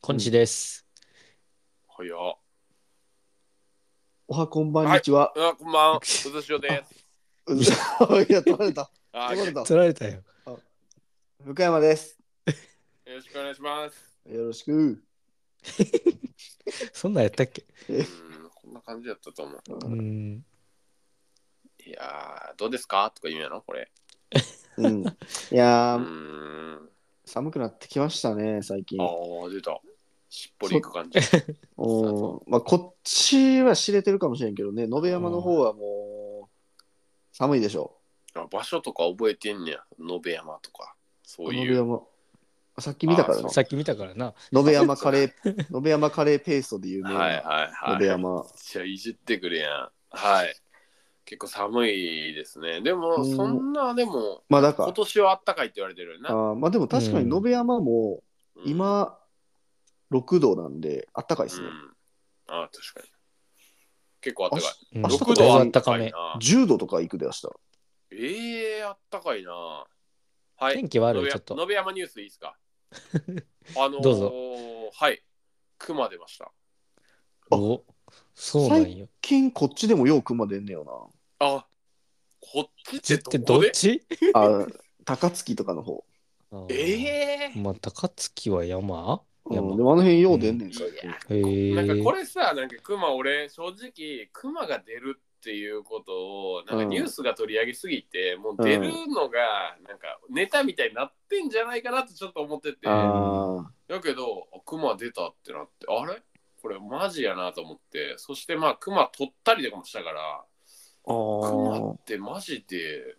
こんにちです。はや。あ、おはこんばんにちは。こんばん。うずしお です。うずいや、取られた。あ、取られよた。取られたよ。福山です。ろしくお願いします。よろしく。そんなんやったっけうん、こんな感じだったと思う。うーん。いやー、どうですかとか言うんやろ、これ。うん、いあやうー、ーん。寒くなってきましたね、最近。ああ、出た。しっぽりいく感じ。おーまあ、こっちは知れてるかもしれんけどね、野辺山の方はもう寒いでしょ。あ場所とか覚えてんねや。野辺山とか。そうう野辺いう。山。さっき見たからねあ。さっき見たからな。野辺山カレ ー、野辺山カレーペーストで有名はいはいな。野はい。辺めっ山。ちゃいじってくるやん。はい。結構寒いですね。でも、うんそんな、でも、まあ、だから今、年はあったかいって言われてるよあな。ーまあ、でも確かに野辺山もうん、今、6度なんで、あったかいですうね。ん。あ、確かに。結構あったかい。うん明日とか6度はあったかめ。な10度とか行くで明日。ええあったかいな。はい。天気悪野い、辺ちょっと。野辺山ニュースいいです かあのーどうぞはい。熊出ました。あおそうなんよ。金こっちでもよう熊出んねよあこっちちっっててどどっこでちな。あ、高槻とかの方。えええまあ、高槻は山うん、山で。もあの辺よう出んねん、最い近。やへえ。なんかこれさ、なんか熊、俺、正直、熊が出るっていうことを、なんかうんニュースが取り上げすぎて、もう出るのが、なんかネタみたいになってんじゃないかなってちょっと思ってて、だああ、けど、あ熊出たってなって、あれこれマジやなと思って、そしてまあ熊取ったりとかもしたから、あ熊ーってマジで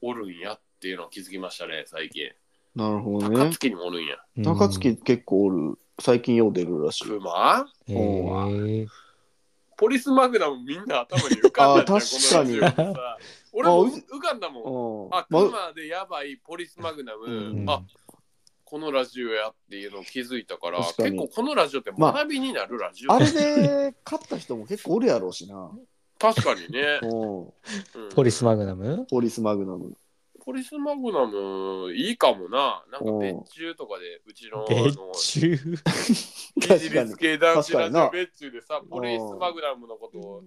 おるんやっていうのを気づきましたね、最近。なるほど高ね。槻にもおるんや。うん高槻結構おる。最近よう出るらしい。熊へえ。ポリスマグナムみんな頭に浮かんだじゃんあーこの確かにラジオでさ俺もあう浮かんだもん。ああ、ま熊でやばいポリスマグナム、うんあこのラジオやっていうのを気づいたから、確か結に構このラジオって学びになるラジオ、あれで勝った人も結構おるやろうしな。確かにねう、んうんポリスマグナムポリスマグナム。ポリスマグナムいいかもな。なんか別注とかでうちのあの別注。イギリス系男子ラジ確かにオな別注でさ、ポリスマグナムのことを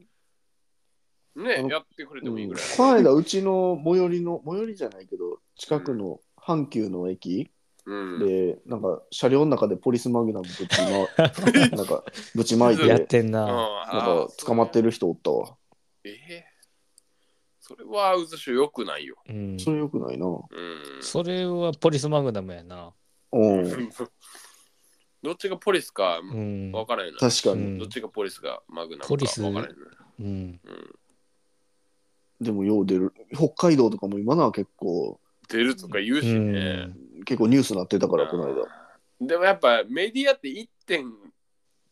ねう、んやってくれてうもいいんぐこらい。の間、うちの最寄りの、最寄りじゃないけど、近くの阪急の駅うん、で、なんか車両の中でポリスマグナムぶちま、なんかぶちまいて、やっなんてんな。か捕まってる。る人おったわ。えーそれはうずしよくないよ。うん。それよくないな。うん。それはポリスマグナムやな。うん、 どっちがポリスかうん。わからないな。確かに。うんどっちがポリスかマグナムかポリスわからないな。うん。うんでもよう出る。北海道とかも今のは結構、出るとか言うしね。結構ニュースなってたから、この間。うんでもやっぱメディアって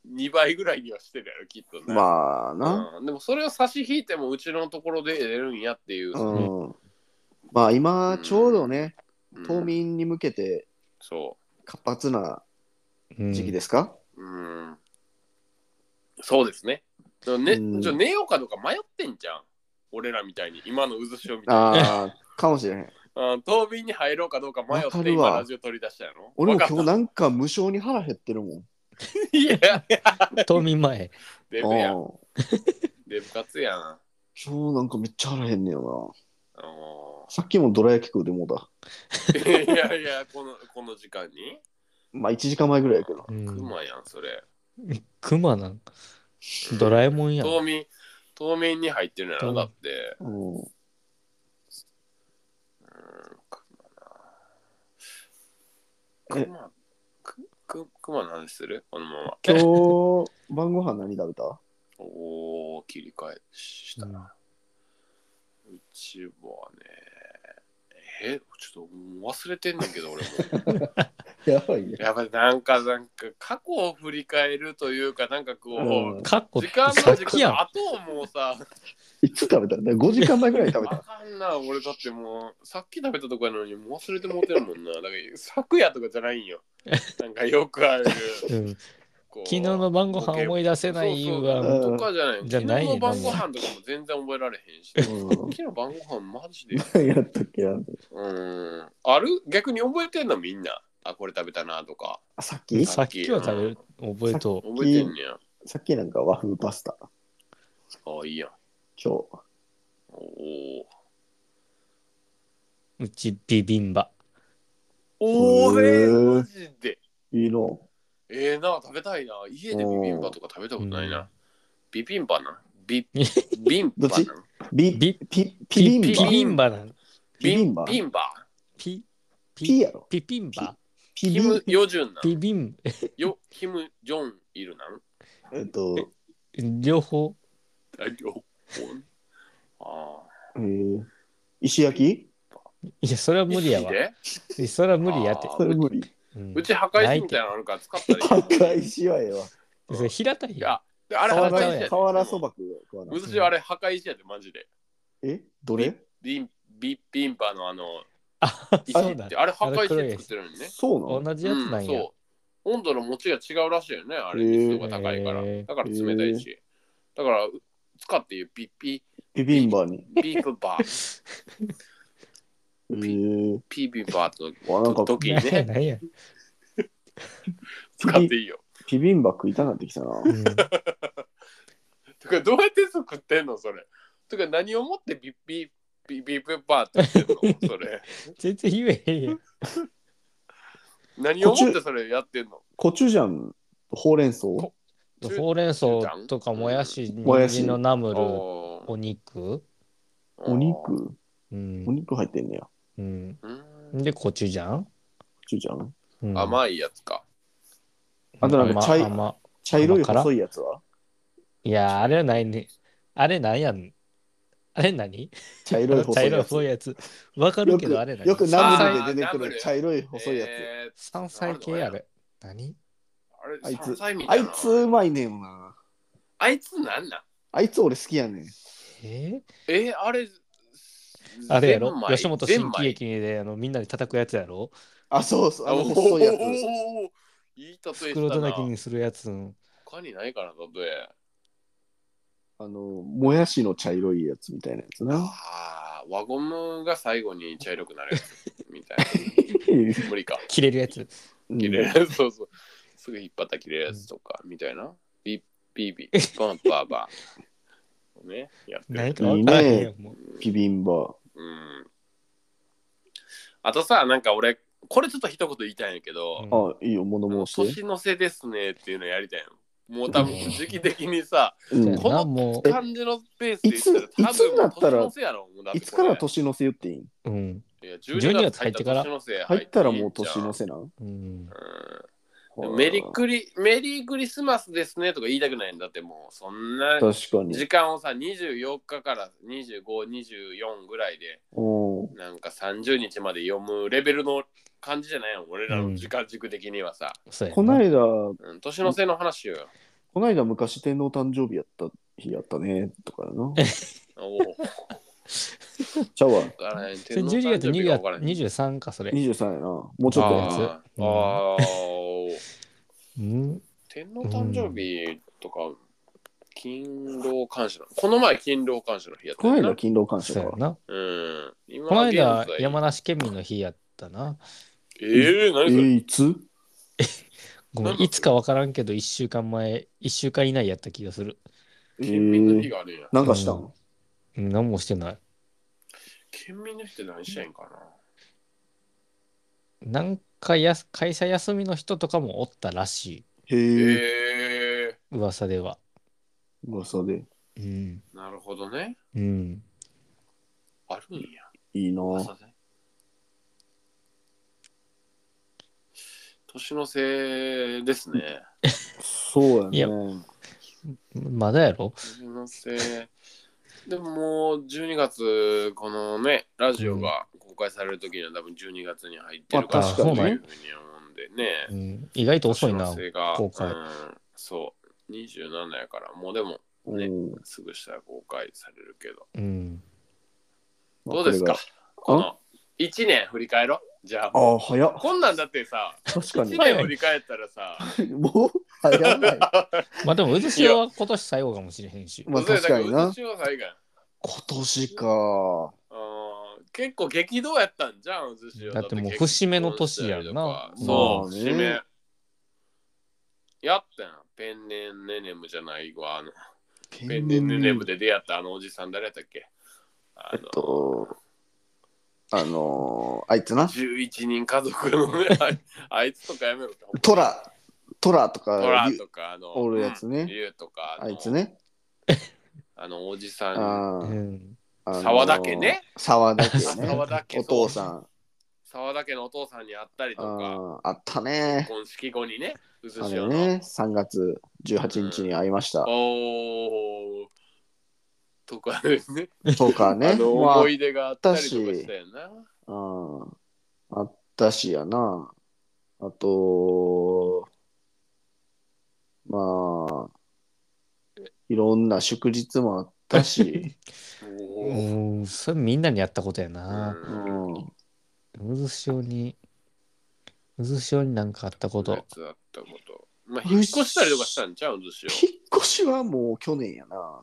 1.2倍ぐらいにはしてるやろ、きっとね。まあな。うんでもそれを差し引いてもうちのところで出るんやっていう。うん。まあ今、ちょうどね、うん冬眠に向けてそ活発なうん時期ですか、う。うん。そうですね。でもねうんちょ寝ようかどうか迷ってんじゃん。俺らみたいに、今の渦潮みたいに。ああ、 かもしれへん。うん冬眠に入ろうかどうか迷わかってるわ今ラジオ取り出したやろ。俺もわか今日なんか無性に腹減ってるもん。ったいや、冬眠前。デブうんやん。今デブ活やん。あ日なんかめっちゃ腹減んねよのな。さっきもどら焼き食うでもうだ。ー いやいや、このこの時間に。まあ1時間前ぐらいやけど。うんクマやん、それ。クマなん。ドラえもんやん。冬眠、冬眠に入ってるんやろ、だって。 うん、熊な。熊、く、く、熊何するこのまま。今日晩ご飯何食べたおお、切り替えしたうんな。うちはね、え、ちょっともう忘れてんねんけど、俺も。 やばいね。やっぱりなんか、なんか、過去を振り返るというか、なんかこかっう、こ時間のさっ時きや間ん。あともうさ、いつ食べた ?5 時間前ぐらいに食べあた。かんな、俺だってもう、さっき食べたとこやのに、もう忘れてもうてるもんな。だから、昨夜とかじゃない んよ。なんかよくある。うん、昨昨日の晩ご飯思い出せない理由そうそうはとかじゃない。じゃない昨日の晩ご飯とかも全然覚えられへんし。うん 昨日の晩ご飯マジで。何やったっけなうん。ある逆に覚えてんのみんな。あ、これ食べたなとか。あ、さっきさっきは食べる覚えと覚えてんねや。さっきなんか和風パスタ。ああ、いいやん。今日。おお。ううちビビンバおお、えー、マジで。いいの。ええな、食べたいな。家でビビンバとか食べたことないうんな。ビビンバな。ビビンバどっちな。ビビピピビンピバビンバなんビビンバビンバ。ピピピやろ。ピピンバピビキム・ヨジュンなビん。ビン よ、キム・ジョン・イルなん。えっと、両方大丈夫。ああ。えー、石焼きいやそれは無理やわいいでいやそれは無理やってあそれ無理。うんうち破壊石みたいなのあるから使ったらいい。赤石はええわ。それ平たいいやや、であれ破瓦壊石やねで。瓦そば食わな。私はあれ破壊石やで、マジで。えどれビン、ビビンバのあの、あ石そうだって、あれ破壊あれ黒い石やつ作ってるのにね。そうなの同じやつなんうやん、そう温度の持ちが違うらしいよねあれへー湿度が高いから、だから冷たいし、だからう使っていうピッピビビンバに。ビーフバー えー、ピービーバーとわなんか と時に何やね何や使っていいよビビンバ食いたなってきたな。うんてかどうやって作ってんのそれてか何をもってビッピビビーフバーって言ってんのそれ全然言えへんやん何をもってそれやってんのコチュジャンとほうれん草。こ中ほうれん草とかもやしもや人し参のナムルおお肉お肉うんお肉入ってんねや。コうんうんでコチュジャンチュジャン。うん甘いやつかうあとなんか甘茶い甘茶色い甘辛細いやつはいやーあれはないねあれなんやんあれ何茶色い細 茶い色いやつ。細いやつわかるけどあれ何よくナムルで出てあーナくムるル茶色い細いやつ。えー山菜系あれ何あれあいつ山菜みたあいないつうまいねんな。あいつなんなんあいつ俺好きやねん。えーえーあれ、あれやろゼンマイ吉本ゼ新ンマ喜イ劇であのみんなで叩くやつやろあ、そうそう、あのおー細いやつお。ーおーおーいい例え袋した叩なき。にするやつうん他にないから例え。あの、もやしの茶色いやつみたいなやつな。ああ、輪ゴムが最後に茶色くなるやつ み たいな。無理か。切れるやつうん切れる。そうそう。すぐ引っ張ったら切れるやつとか、みたいな。ビッビービー、バンバーバー。ね、やって何る。かわからへんやんもうビビンバ。うん。あとさ、なんか俺、これちょっと一言言いたいんやけど、うんあ、いいよ、物申して。年の瀬ですねっていうのやりたいの。もう多分時期的にさ、うんそうやこなのも感じのペースで言ったらいついつになったら多分もう年の瀬やろもうだってこれいつから年の瀬言っていいんううんいや12月入ってから年の瀬入ったらもう年の瀬なんうんうんでもメリークリメリークリスマスですねとか言いたくないんだってもうそんな確かに時。間をさ24日から2524ぐらいでおーなんか30日まで読むレベルの感じじゃないよ俺らの時間軸的にはさ、そうやこないだ、こうん、年の瀬の話よないだ昔天皇誕生日やった日やったね、とかや な。おおちゃうわ。だからねそれ天皇12誕月生日2月が分からへん23かそれ23やな。もうちょっとやあつ。ーあーあーうん天皇誕生日とか、勤労感謝のこの前勤労感謝の日やったこよないなだ勤労感謝そうやか。なうん今この間現在山梨県民の日やったなえー、え何それ、ー、いつごめなんんだいつかわからんけど1週間前1週間以内やった気がする県民の日があるんや、なんかしたんうん何もしてない県民の日って何したいんかななんかやす会社休みの人とかもおったらしへえ、えい噂では噂で。うんー、なるほどねうんあるんやいいな朝ね年の瀬ですねそういややね。まだやろ年の瀬でももう12月このねラジオが公開される時には多分12月に入ってるからまあと確いかうにふうに思うんでうねん意外と遅いな年の瀬が公開うんそう27やからもうでもうんすぐしたら公開されるけどうんまあどうですかここれがの1年振り返ろうじゃあああ、早っ。こんなんだってさ確か1に。年振り返ったらさ もう早ない。まあでも渦潮は今年最後かもしれへんしまあ確かにな。年は最後やん今年か。あー結構激動やったんじゃん、寿司を。だってもう節目の年やんなそまあう、ね節目。やったやん。ペンネンネネムじゃないわ。あのペンネンネネムで出会ったあのおじさん誰やったっけあえっの、と、あのー、あいつな、 11人家族のね、ああいつとかやめろ。トラ、トラとか、トラリュとか、あの、おるやつねうん竜とか、のあいつ。ね。あの、おじさん、あうーん。あのー沢田家ね。沢田家沢ね。田家お父さん。沢田家のお父さんに会ったりとか、あーあったね。婚式後にね、うずあしれおの。ね、3月18日に会いました。おーとかですね。と かあね。のまあ思い出があったりとかしたよな。うんあったしやな。あと、まあ、いろんな祝日もあっ たし、おーうん、それみんなにやったことやな。うんうん渦潮に、渦潮になんかあったこそんなとや。つあったこと。まあ、引っ越したりとかしたんちゃうんですよ。引っ越しはもう去年やな。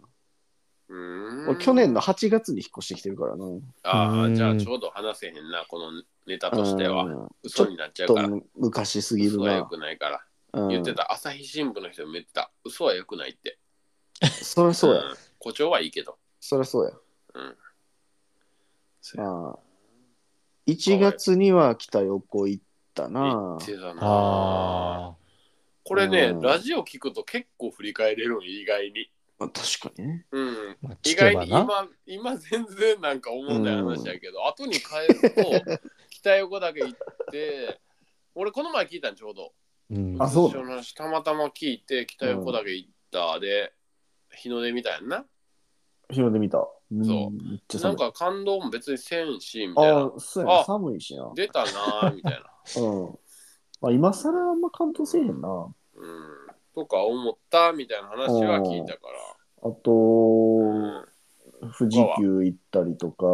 うーん俺去年の8月に引っ越してきてるからな。あうあ、んじゃあちょうど話せへんな、このネタとしてうは。んちょ嘘っになっちゃうとから。昔すぎる嘘は良な。くないから。うん言ってた、朝日新聞の人も言ってた、嘘は良くないって。そりゃそうや。ん誇張はいいけど。そりゃそうや。うん。そうやまあ、1月には北横行った言なっ。てたなあ。あこれね、うんラジオ聞くと結構振り返れるん、意外に。まあ確かにね。うん。あ。まあ、意聞け外ばにな。今、今全然なんか思うない話やけど、後に変えると、北横だけ行って、 俺この前聞いたんちょうど。うんあ。そうの話たまたま聞いて、北横だけ行ったで、日の出みたいな。広で見た。そん。めっちゃな寒んい。か感動も別にせんし、みたいあな。あ、そうやあな。寒いしな。うん。出たなーみたいな。まあ、今更あんま関東せえへんな。うん。とか思ったみたいな話は聞いたから。あうんと、。富士急行ったりとか、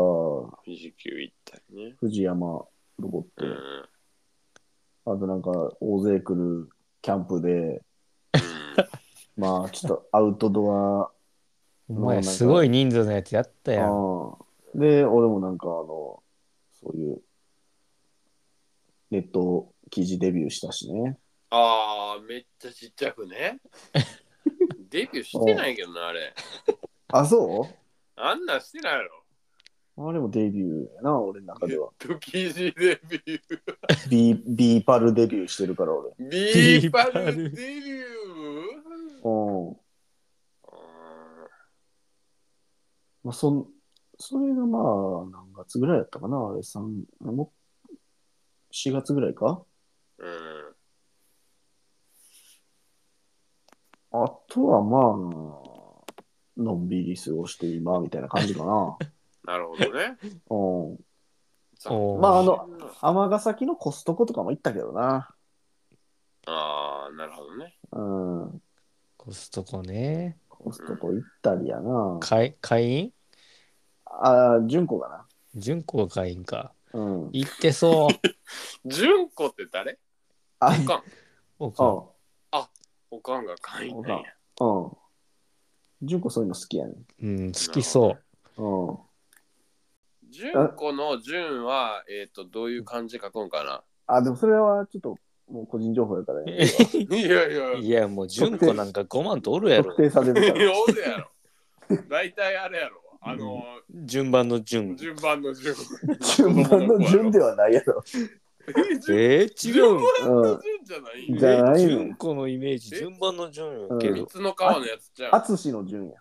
富士急行ったりね。富士山登って、うん。あとなんか大勢来るキャンプで、うんまあちょっとアウトドお前、すごい人数のやつやったア、やん。うんで、俺もなんかあの、そういう、ネット記事デビューしたしね。ああ、めっちゃちっちゃく ね。デビューしてないけどな、あれ。あ、そあんなんしてないやろ。うあれもデビューやな、俺の中では。ドキジデビュー。ビービーパルデビューしてるから俺。ビーパビーパルデルビューうん。あまあ、そん、それがまあ、何月ぐらいだったかな、あれ、三、もう、4月ぐらいか。ーうん。あとはまあ、のんびり過ごして今、みたいな感じかな。なるほど ね。うん。おーまああの。尼崎のコストコとかも行ったけどな。ああ、なるほどね。うん。コストコね。コストコ行ったりやな。会会員ああ、純子か純子が会員か。な。うん。行ってそう。純子って誰あ、おかん。おかんうおかんが会員なんやん。うん。純子そういうの好きやね。うん、好きそうん。純子の純は、えっ、と、どういう漢字書くんかあ、でもそれはちょっと、もう個人情報やからう。ね。ないやいやえいや、もう純子なんか5万とおるやろ特。定されるから。 おるやろ。大体あれやろ。あの、順番の順。順番の順。順番の順ではないや ろ。えー、違うんう順ん。じゃないえじゃないの順子のイメージ、え順番の順やけうど三。つの川のやつじゃん。淳の順や。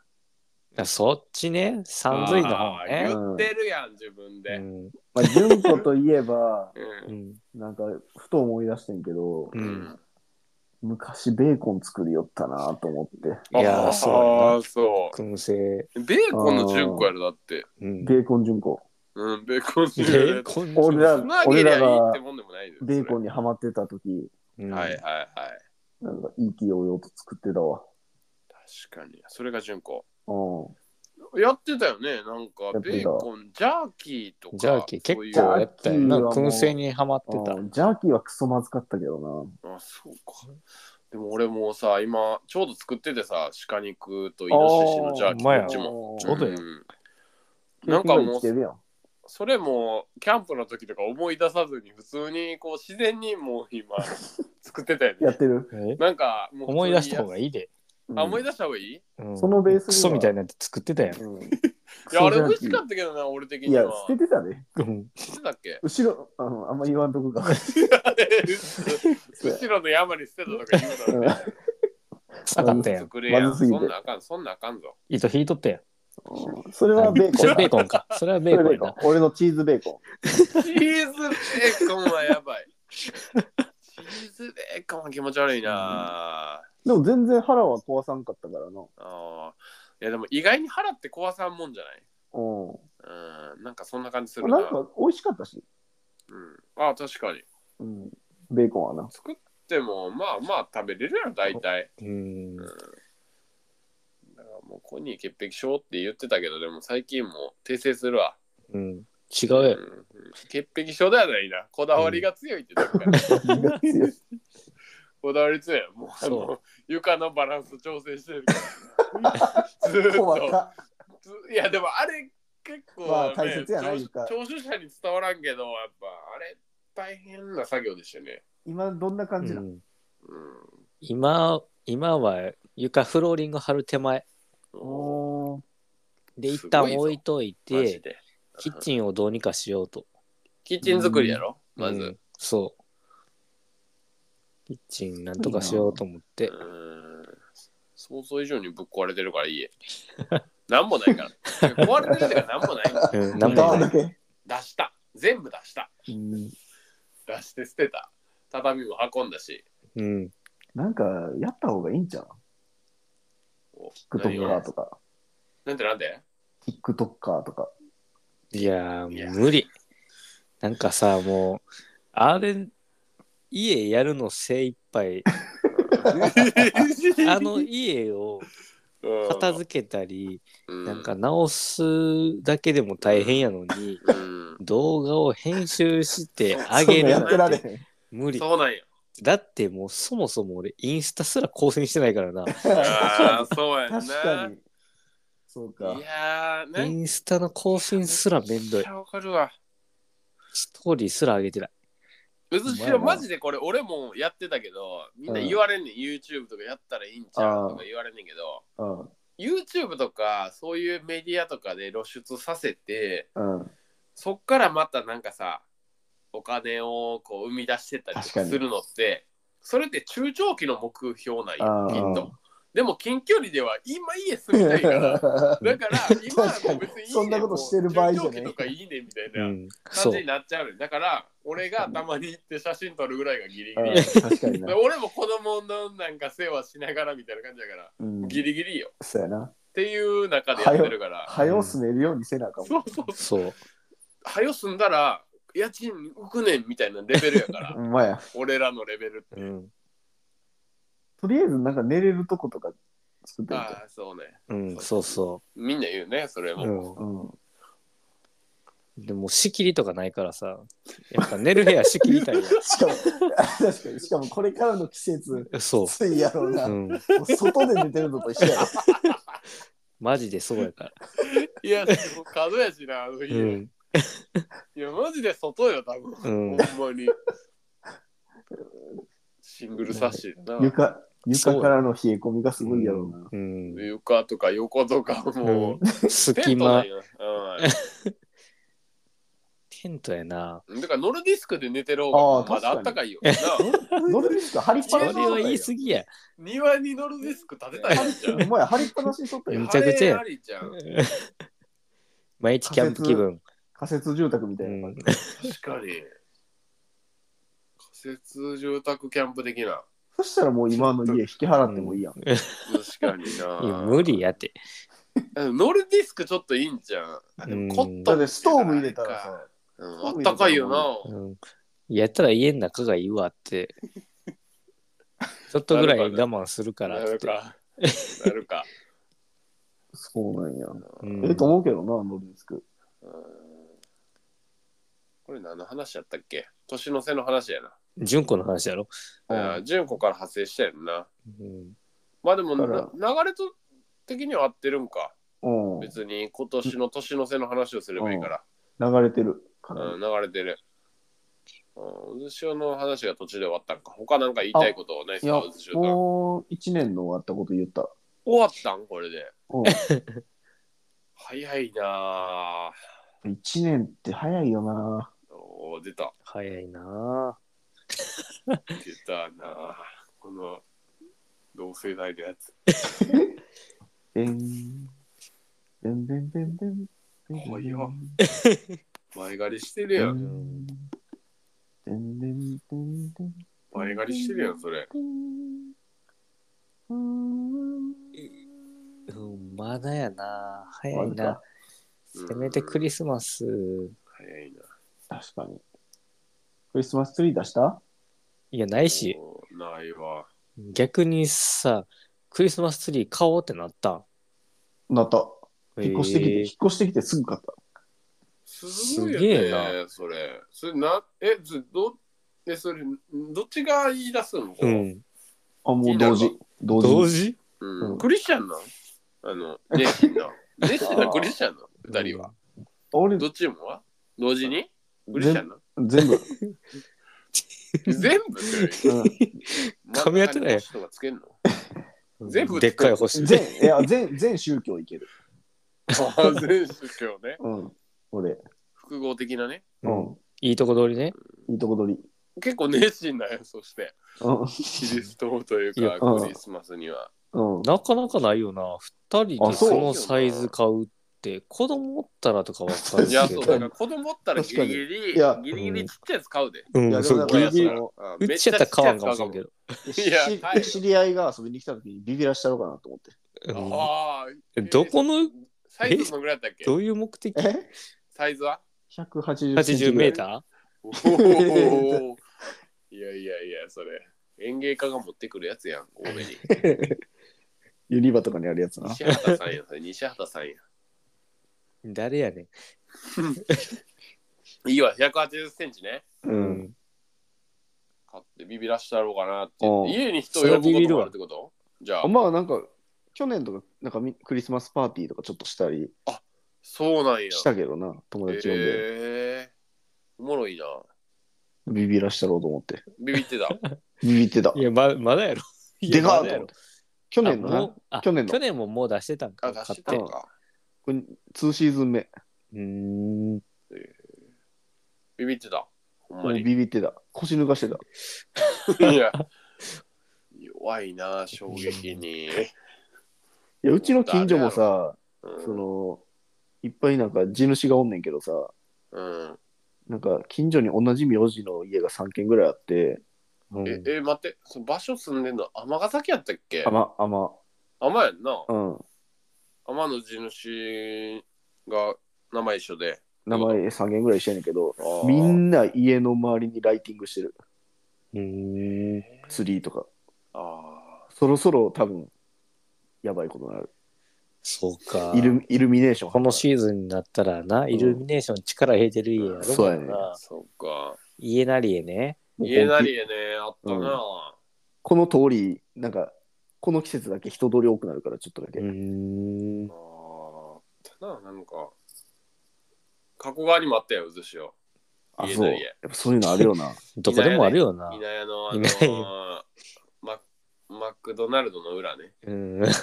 あそっちね、三髄の方あーね。言ってるやん、自分うで。、んまあ、順子といえばうんうんなんか、ふと思い出してんけどう、ん昔ベーコン作りよったなと思って。いやー、あそーそうやな。燻製。う。ベーコンの純子やろ、だって。うん。ベーコン順子。うん、ベーコンのベ純子やーろ。コン俺らつなげりゃい俺らいっがてもんでもないです。ベーコンにハマってた時、うんはいはいはい。なんか、意気揚々と作ってたわ。確かに。それが純子。うやってたよね、なんかや。ってたベーコン、ジャーキーとか。ジャーキー結そういう構やったよな。ジャーキーはもう燻製にはまってんた。うん。ジャーキーはクソまずかったけどあ、そうか。でも俺もうさ、今、ちょうど作っててさ、鹿肉とイな。ノシシのジャーキあーーどっちほも。んまやちょうどやんななんんかかももう。うてるやんそれもキャンプの時とか思い出さずに普通にこう自然にもう今作ってたよやねってる。えなんかもう思い出した方がいいいいで。あ思い出出した方がいい、うんそのベースにはクソみたいなやつ作ってたやん。うん、いいやあれ美味しかったけどな俺的いにやは、捨ててたね。うん捨てたっけ後ろ、あのあんま言わんとこが。 後ろの山に捨てたとか言う たら臭かっねたやん。作れやまんずすぎそてんなあかんそんなあかんぞ糸引いとったやん。うんそれはベーコそれンだ。ベーコンか。それはベーコンやそれな。俺のチーズベーコチン。ーズベーコンはやばいチーズベーコンは気持ち悪いな、でも全然腹は壊さんかったからな。あーいやでも意外に腹って壊さんもんじゃないうん。うんなんかそんな感じするななんか美味しかったし。うん、ああ確かにうん。ベーコンはな。 作ってもまあまあ食べれるやろ大体うん。だからもうコニー潔癖症って言ってたけどでも最近もう訂正するわ、うん。違ううんやん。うん潔癖症ではないなこだわりが強いってだから、こだわり強いもうあその床のバランス調整してる からずーっ細とか。ずいやでもあれ結構、ねまあ大切やな聴床聴取者に伝わらんけどやっぱあれ大変な作業でしたよね今どんな感じなうの、んうん今、今は床フローリング張る手前。おーで、す一ごいぞ旦置いといマジて、でキッチンをどうにかしようと。キッチン作りやろ、まうずん、そう。キッチンなんとかしようと思って。うん想像以上にぶっ壊れてるから家なんもないから壊れてるっていうかなんもないうん、ななんんかもだない。け。出した全部出したうん出して捨てた畳も運んだしうん。なんかやった方がいいんじゃん。おキックトッ何カーをとか。なんでなんでキックトッカーとか。いやーいやもう無理。なんかさ、もう、あれ、家やるの精一杯。あの家を片付けたり、けなんか直すだけでも大変やのに、うん動動画を編集してあそんげなるやなっんてられてへん。無理。そうなんやだってもうそもそも俺インスタすら更新してないからな。あーそうやんな確かに。そうかい。やーイねンスタの更新すらめんどめっいち。ゃわかるわストーリーすら上げてない。。うずしお前おなマジでこれ俺もやってたけどみんな言われんねん YouTube とかやったらいいんちゃうとか言われんねんけどうん。う YouTube とかそういうメディアとかで露出させてん。そっからまたなんかさお金をこう生み出してったりと確かかにするのってそれって中長期の目標なんあよーきっとでも近距離では今家住みたい からだから今はもう別にいいねそんなことしてる場合じゃなもいう中長期とかいいねみたいうなん感そじうに。なっちゃうねだから俺がたまに行って写真撮るぐらいがギリギうんリ確か にな。俺も子供のなんか世話しながらみたいな感じだからうん。ギリギリよそうやな。っていう中でやってるからはよすねるようにせなあかんそもうそうそう。はよ住んだら家賃浮くねんみたいなレベルやから ん。うんまや。俺らのレベルって、うん。とりあえずなんか寝れるとことか作ってみあたあそうねうん、そうそみんな言うねそれう。も、うんう。ん。でも仕切りとかないからさ、やっぱ寝る部屋仕切りたいやしかも、 確かに、しかもこれからの季節、ん。そ暑いやろう。うな。うもん。う外で寝てるのと一緒やろ。 マジでそうやから。いやでも角やしなあの家、うん。いやマジで外よ多分、うんほんまにシングルサッシな床、床からの冷え込みがすごいやろうな。うん。床とか横とかもう、テ隙ントな間ん、ようテントやな。ん、だからノルディスクで寝てるあ方ーがまだあ確っかたにかいよなノルディスク張りっそぱなれしとはっ言たいよ。過ぎ や。庭にノルディスク立てたらいいじゃんお前張りっぱなしとったよ め。ちゃくちゃや晴れありじゃん毎日キャンプ気分。仮設住宅みたういな。ん。確かに。仮設住宅キャンプ的な。そしたらもう今の家引き払ってもいいやん。確かにいやな。無理やって。ノルディスクちょっといいんじゃん。あでもコッだトっンてストーブ入れたらさ、うんあったかいような。ん。やったら家の中がいいわ って。ちょっとぐらい我慢するからなっるて。 か。なるか。そうなんや。うんええと思うけどな、ノルディスク。うんこれ何の話やったっけ年の瀬の話やな。純子の話やろ。あー純子から発生したやんな。うん。まあでもだかな流れと的には合ってるんか。うん。別に今年の年の瀬の話をすればいいから。流れてる。かなりうん、流れてる。うん、渦潮の話が途中で終わったんか。他なんか言いたいことないですいやか、渦潮から。もう一年の終わったこと言った。終わったんこれで。う早いなぁ。 ん、一年って早いよな。おー出た。早いな出たなぁ。この同世代のやつ。でん、でんでんでんでん。早っ前借りしてるやん。んでんでんでんでん。前借りしてるやん、それ。ぁ、うん、まだやなぁ早いまだなかせめてクリスマス早いな。確かに。クリスマスツリー出したいやないしおー。ないわ。逆にさクリスマスツリー買おうってなったんなった。引っ越してきて、へえ引っ越してきてすぐ買った。すごいよねすげえなそれ。それな、え、ずど、え、それ、どっちが言い出すの、うんあ、もう同いい時。同時。同時う、うんんクリスチャンなんあの、熱心 な。熱心なクリスチャンな二人は。俺、どっちもは同時にクリスチャ全ンな全部。全部うん噛み合ってない真ん中に星とかつけんの全部でっかい星全、いや、全、全宗教いける。ああ全宗教ね。うん。俺。複合的なね。ううんん。いいとこ通りねいいとこ取り。結構熱心だよ、そして。うキリストといういやか、クリスマスには。ん。うん。なかなかないよな2人あでそうそのサイズ買うって子供おったらとかわかるいけどや、そう、だから子供おったらギリギリ確かにいや、ギリギリちっちゃいやつ買うで。ういやん、でそもうなんかギ親リやギつリならうあうめっちちやゃったちっらちゃ買いわやんつかもしれ買うかもんけど。いやしはい知り合いが遊びに来た時にビビらしたろかなと思って。うんああ。どこの、サイズどのぐらいだったっけどういう目的えサイズは ?180 セン ?80 チぐらメいー。タおーいやいやいや、それ。園芸家が持ってくるやつやん、俺に。 ユニバとかにあるやつな。西畑さんや、それ西畑さんや。ー誰やね。いいわ、180センチね。うんん。買ってビビらしたろうかなって言って。うん家に人を呼ぶこともあるってことじゃあ、まあなんか、去年とか、なんかみクリスマスパーティーとかちょっとしたりそうなんや。したけどな、友達呼んで。ええおもろいな。ビビらしたろうと思って。ビビっ てた。ビビってたい。や、ままだやろ。い でやかまーだとや思っろて。去年のあもなう、あ去年の去年ももう出してたんあ、か。出買しってて。たうのか。これ2シーズン目。ーん。ビビってた。ほんもまうに。ビビってた。腰抜かしてた。いや。弱いな、衝撃に。いや、うちの近所もさ、うんその、いっぱいなんか地主がおんねんけどさ、うん。なんか近所に同じ名字の家が3軒ぐらいあって、うんえ、え、待って、その場所住んでんの尼崎やったっけあま、あま、尼やんな。うん。天の地主が名前一緒で。名前3軒ぐらい一緒やねんけど、みみんんな家の周りにライティングしてる。うーん。ツリーとか。あそろそろ多分、やばいことになる。そうか。イルイルミネーション。このシーズンになったらな、イルミネーション力入れてる家やろ。そうやねあ、そうか。家なりへね。もう家な本気りへね、あったな。この通り、なんか、この季節だけ人通り多くなるから、ちょっとだけ。うーんあ。あ、あったな、なんか。加古川にもあったよ、渦潮。あ、家そなう。りへやっぱそういうのあるよな。どこでもあるよな。稲屋の、あの稲ー、ママクドナルドの裏ね。うん。あの、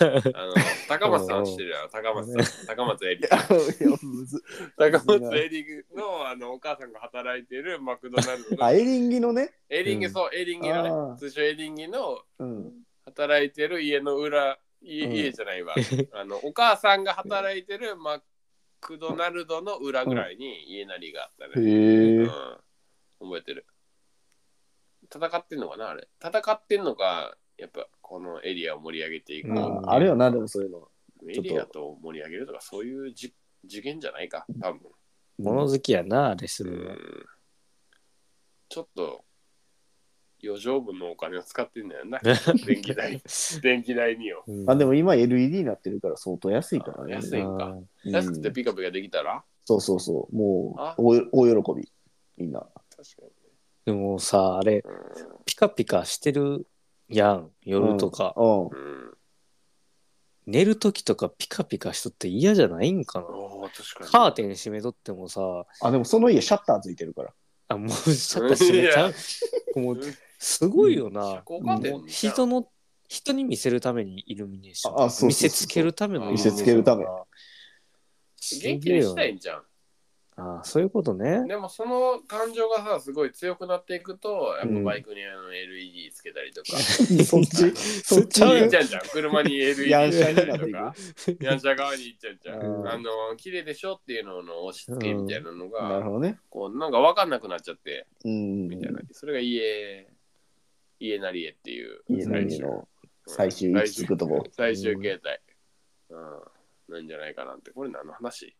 高松さんしてるやん、高松さん。高松エリー。 いやむず高松エリングのあのお母さんが働いてるマクドナルドあ、のエリンギのね。エリンギ、うんそうエリンギのあねー通称エリンギのうん。働いてる家の裏いうん家じゃないわあのお母さんが働いてるマクドナルドの裏ぐらいに家なりがあったね、うへん、覚えてる戦ってんのかなあれ戦ってんのかやっぱこのエリアを盛り上げていく、うんああるよな、でもそういうの。エリアと盛り上げるとかそういうじ次元じゃないか多分物好きやな、あれすうるのんちょっと余剰分のお金を使ってんだよな電 気代電気代にようんあ、でも今 LED になってるから相当安いからね。あ安いんかうん安くてピカピカできたらそうそうそう。もあう大、大喜び。みんな。確かでもさ、あれ、ピカピカしてるやん、夜とか。うに。ん。うん。寝る時とかピカピカしとって嫌じゃないんかなおお、確かに。カーテン閉めとってもさあ、でもその家シャッターついてる から。あもうシャッター閉めちゃうもうすごいよな、うん遮光カーテンもう人の人に見せるためにイルミネーションあそうそうそう見せつけるためのイルミネーション見せつけるためすげえ元よ気にしたいんじゃん。あそういうことねでもその感情がさ、すごい強くなっていくと、やっうぱんバイクにあの LED つけたりと か、そっち、そっちちゃういよっちゃんじゃん、車に LED ヤンシつャけたになってりいと くか、。ヤンシャ側に行っちゃうじゃ。うんんあの、綺麗でしょっていうのの押し付けみたいなのなるが、ほどね。こう、なんか分かんなくなっちゃって、うん。みたいな。それが家、家なりえっていう。家なりえの最終行き着くとこ最終形態。うん。なんじゃないかなって。これ何の話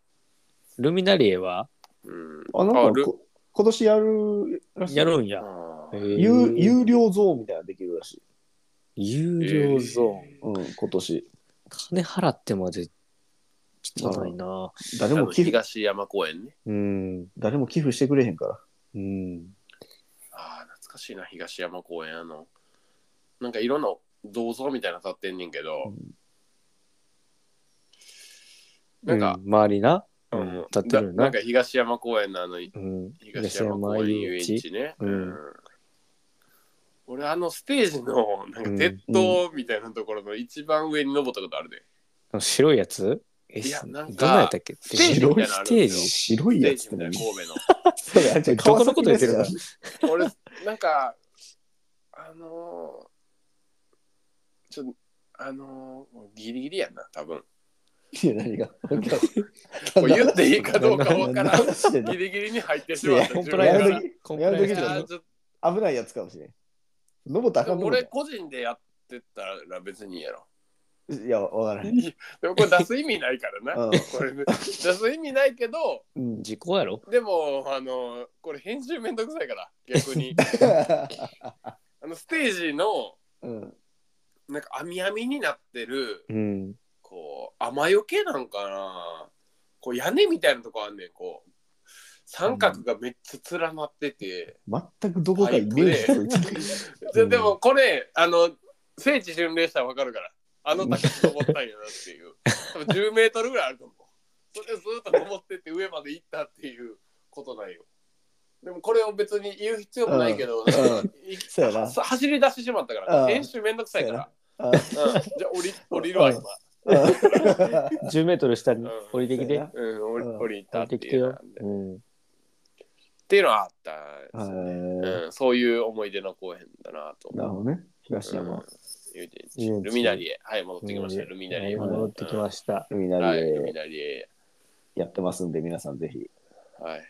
ルミナリエはうん。あ、なんかルこ今年やるらしいやるんや、あへーー有有料ゾーンみたいなのできるらしい。有料ゾーン、うん、今年。金払ってまで汚いな誰も寄付、東山公園ね。うん誰も寄付してくれへんから。うんああ、懐かしいな、東山公園。あの、なんかいろんな銅像みたいなの立ってんねんけど、なんか、うん周りな、ううんん、立ってるよななんか東山公園のあの、うん、東山公園遊園地ね。うん俺、あのステージの、なんか鉄塔みたいなところの一番上に登ったことあるで。あの白いやつえいやなんどかんなやったっけステージみたいなのあるんですよ白いやつスっテてージみたい何な神戸の。それあじゃあ どこのこと言ってるんだ川崎です俺なんかあのー、ちょあのー、ギリギリやんな多分よいや 何が。これ言っていいかどうかわからん何してんのギリギリに入ってしまったコン自プ分がライアンスやるなときコンプライアンスやるときじゃなあなーちょっ危ないやつかもしれん。登ったらあとかんの俺個人でやってたら別にいいやろ いや、わからへん。でもこれ出す意味ないからな、うんこれ出す意味ないけどうん。事故やろでもあのー、これ編集めんどくさいから逆 にあのステージの うん。なんか網網になってるうんこう雨よけなんかなこう屋根みたいなとこあんねんこう三角がめっちゃ連なってて、全くどこかイメージついてない ででもこれあの聖地巡礼したらわかるからあの高さ登ったんやなっていう多分10メートルぐらいあると思うそれをずっと登ってって上まで行ったっていうことないよでもこれを別に言う必要もないけど、うんなんかいそうやなは 走り出してしまったから、うん練習めんどくさいから、あうん、じゃあ降り降りるわ今、 10メートル下に降りてきて、うんうん、降り降り降たっりててきていうよ、うん、っていうのはあったですね、 はうん、そういう思い出の公園だなといなるほどね。東うん山。遊園地遊園地ルミナリエはい戻ってきましたルミナリエ戻ってきました、海うんなはりいルミでナリエやってますんで、皆さんぜひ。はい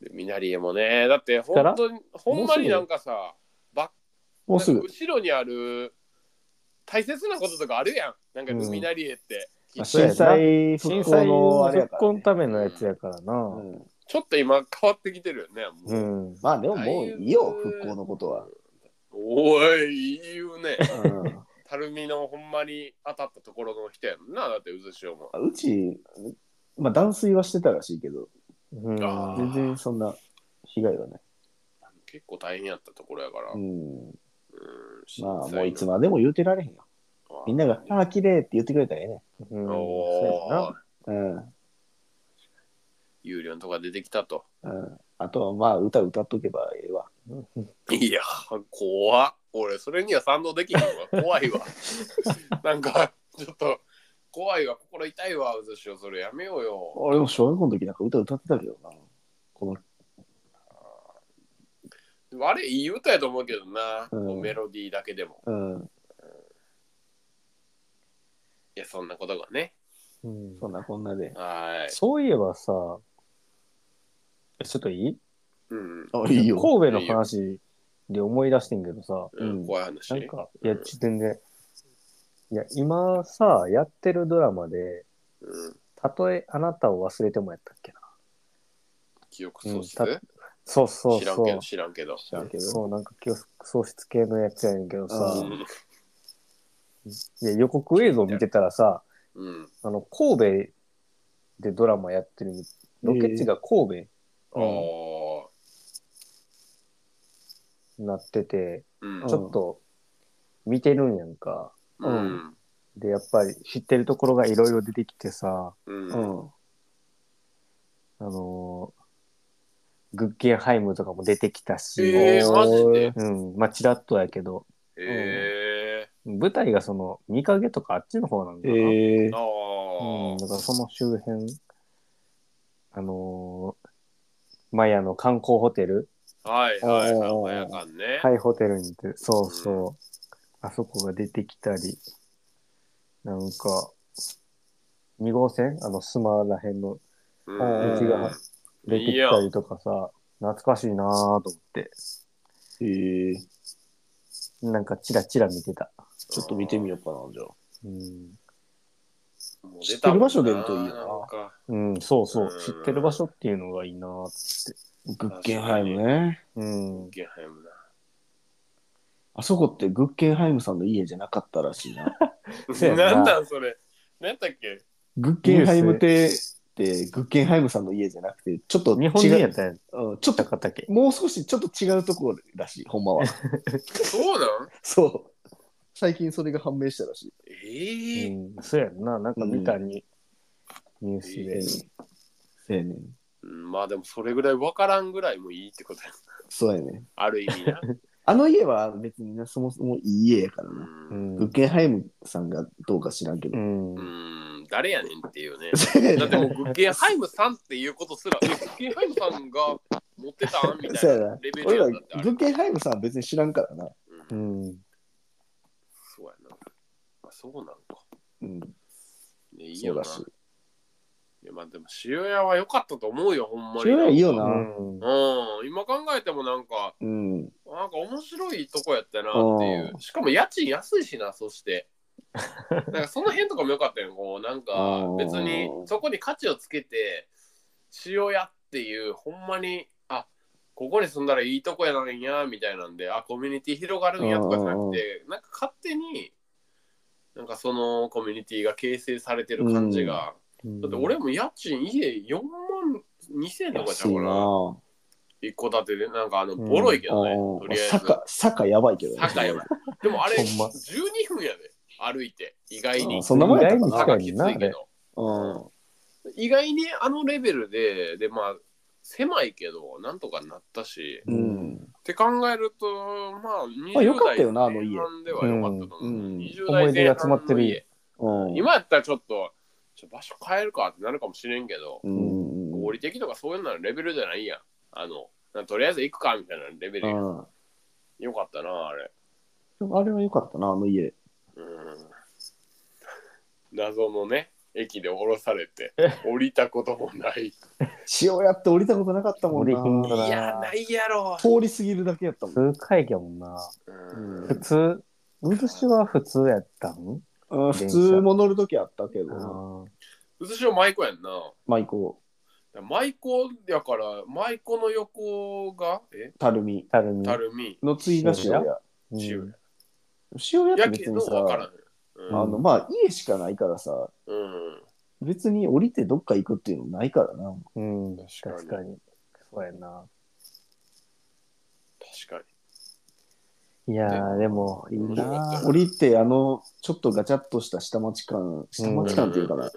ルミナリエもねだってから本当にほんまになんかさバもうすぐ。後ろにある大切なこととかあるやんなんかルミナリエって、うんあそうや震な震災復災興ののあれや復から興ねのためのやつやからな、うんちょっと今変わってきてるよねもううんまあでももういいよ、復興のことは。おい言うねうんたるみのほんまに当たったところの人やんなだって渦潮もあうち、まあ断水はしてたらしいけど、うんあー全然そんな被害はない。結構大変やったところやから、ううんん。まあ震災のもういつまでも言うてられへんよ。みんなが、ああ、綺麗って言ってくれたらええね。うんおそうやーなうん。有料のとこが出てきたとうん。あとはまあ歌歌っとけばええわ。いや怖っ俺それには賛同できへんわ怖いわなんかちょっと怖いわ心痛いわ渦潮それやめようよ俺も小学校の時なんか歌歌ってたけどな。このでもあれいい歌やと思うけどな、うんこうメロディーだけでもうん、いやそんなことがねうんそんなこんなで。はーいそういえばさちょっといいうんあ、いいよ。神戸の話で思い出してんけどさ、うんうん怖い話なんか、うんいや、ち全然。いや、今さ、やってるドラマで、うん、たとえあなたを忘れてもやったっけな。記憶喪失、うんたそうそう知らんけそど知らんけど知らんけう。ど。そう、なんか、教喪失系のやつやねんけどうさ、んいや予告映像見てたらさ、うんあの、神戸でドラマやってる、ロケ地が神ああ戸になってて、うんうんちょっと見てるんやんか。うん。で、やっぱり知ってるところがいろいろ出てきてさ、うん。ううん。ん。あのーグッケンハイムとかも出てきたし、えーマジでうん、まあ、ちらっとやけど、え舞台がその、三影とかあっちの方なんだな。ええー。あうん、だあ。からその周辺、あのー、マヤの観光ホテル、はいはいあーはい。やかんね。ハイホテルにて、そうそう、あそこが出てきたり、なんか、2号線あの、スマらへんのうんうちが出てきたりとかさ、懐かしいなぁと思って、ええなんかチラチラ見てた。ちょっと見てみようかな、じゃうん、もう知出ってたるもん場所出るといいよななんかうん、そうそううん、知ってる場所っていうのがいいなぁって。あ。グッケンハイムね。うん、ゲンハイムな。あそこってグッケンハイムさんの家じゃなかったらしいな。そうやななんなんそれ。なんだっけ グッケンハイム邸ってグッケンハイムさんの家じゃなくて、ちょっと日本人違やうったんうんちょっやとったっけもう少しちょっと違うところらしい、ほんまは。そうなんそう。最近それが判明したらしい。ええ。うん、そうやんな、なんか見たに、ニュースで。そうやねん。うんまあでもそれぐらい分からんぐらいもいいってことや。そうやねん。ある意味 な。あの家は別にな、そもそもいい家やからう。な。うんんグッケンハイムさんがどうか知らんけうど。んう、ん。誰やねんっていうね。そうやねだってもうんグッケンハイムさんっていうことすら、えグッケンハイムさんが持ってたんみそたうやいななレベル 俺やらんグだってあれ。ッケンハイムさんは別に知らんからな。ううんん、そうやな。あそうなんか。うん、ね、いいそような。らいしい。やまあでも塩屋は良かったと思うよ、ほんまに。塩屋いいようなあん、うん。今考えてもなんか、うん。なんか面白いとこやったなっていうう。しかも家賃安いしな、そ して。なんかその辺とかも良かったよ。こうなんかうん別にそこに価値をつけて、塩屋っていう、ほんまに、あここに住んだらいいとこやなんや、みたいなんで、あ、コミュニティ広がるんやとかじゃなくて、なんか勝手に、なんかそのコミュニティが形成されてる感じが。だって俺も家賃家4万2000とかじゃ安んいかなな。ぁ。一戸建てで、なんかあの、ボロいけどね。とりあえず。坂、坂やばいけどね。坂やばい。でもあれ、ほんま12分やで、歩いて。意外にあ。そんなもんやったか意な。外坂にきつ近いいなけど。うん。意外にあのレベルで、で、まあ、狭いけど、なんとかなったし、ううんん。って考えると、まあ、20あ代よかったよなあの前家半ではよかったと思う。うんうん20代思い出が詰まってる前半の家。うん。今やったらちょっと、ちょ場所変えるかってなるかもしれんけど、うん。合理的とかそういうのはレベルじゃないやん。あの、なんかとりあえず行くかみたいなレベルやん。うんよかったな、あれ。でもあれは良かったな、あの家。うん。謎のね、駅で降ろされて、降りたことも ない。塩屋って降りたことなかったもん降りひんなか。らいや、ないやろ。通り過ぎるだけやったもん。普通回やもんな。うん普通、昔は普通やったんうん普通も乗るときあったけあど、うずしお舞妓やんな。まあ行こ舞妓やから、舞妓の横が、えう、たるみたるみ。垂水、の次が塩屋。うん塩塩屋っやけて別どにさ、分からんあ。うん。の、まあ家しかないからさ、うん別に降りてどっか行くっていうのもないからな。うん、確か確にかに。そうやな。確かいやー、でも、いい面白かなっぁ。降りて、あの、ちょっとガチャっとした下町感、下に。町感っていうかな、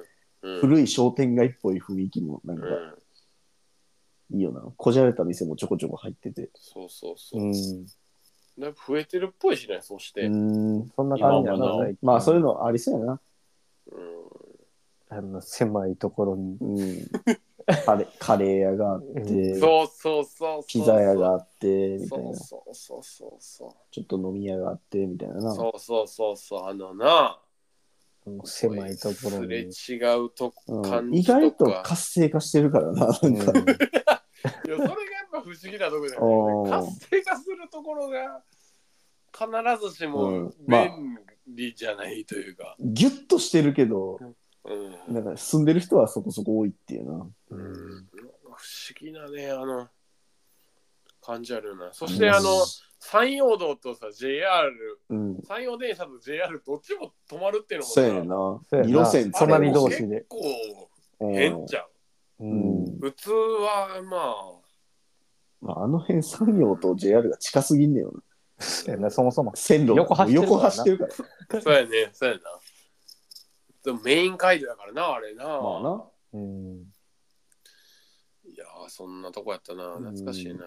うん。古い商店街っぽい雰囲気もなんかうん。いいよな。こじゃれた店もちょこちょこ入ってて。そうそうそうう。ん、だいぶ増えてるっぽいしね、そして。うん。そんな感じやな今もな。最近まあそういうのありそうやな。うんあの狭いところに。うん。カレーカレー屋があっうて、そうそうそうそう。ピザ屋があって、みたいそなう。そうそうそうそう。ちょっと飲み屋があって、みたいなな。そうそうそうそう。あのな。狭いところすれに。違うとこう感ん、意じとか。外と活性化してるからな。なんかうん い やそれがやっぱ不思議なとこだおよね。ー活性化するところが必ずしうもんまあ便利じゃないというか。ギュッとしてるけど、うん。なんか住んでる人はそこそこ多いっていうな。ううん 不ん思議なね、あの、感じあるよな。そしてあの、山陽道とさ、JR、うん。山陽電車と JR どっちも止まるっていうのもさそうやな。うやな二路線あれ隣も同士で結構うん変じゃん。うんうん普通はまあ、まあ、あの辺、山陽と JR が近すぎんねよやなそもそも。線路横走ってるからな横走ってるから。そうやね、そうやな。でもメイン街道やからな、あれな。まあな。うん。いやー、そんなとこやったな。懐かしいな。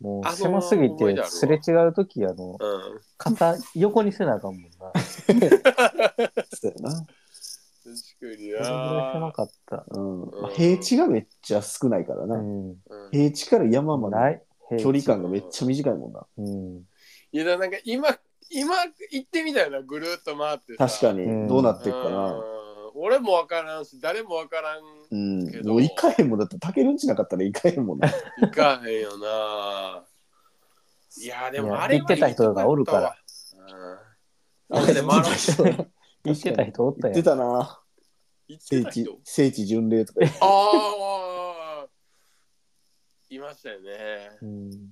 もうあ狭すぎその思いて出あるわすれ違うとき、あの、うん。肩横にせなあかんもんな。そうやな。確かにそれぐらい狭な。かった。うんんまあ平地がめっちゃ少ないからうな。ん。うん平地から山まなでい。平地距離感がめっちゃ短いもんな。うん。いや、なんか今、今行ってみたいな、ぐるっと回ってさ。確かうんに、どうなうっんていくかな。俺もわからんし、誰もわからん。うんけ。どもう行かへんもんだって、竹の内なかったら行かへんもんな。行かへんよな。いやー、でもあれやはい行ってた人がおるからいいとこやったわ。うん。あれで 回らん行ってた人おった行っやてん。たな。行って聖た地人。、聖地巡礼とか。あーあーあー、いましたよね。うん。二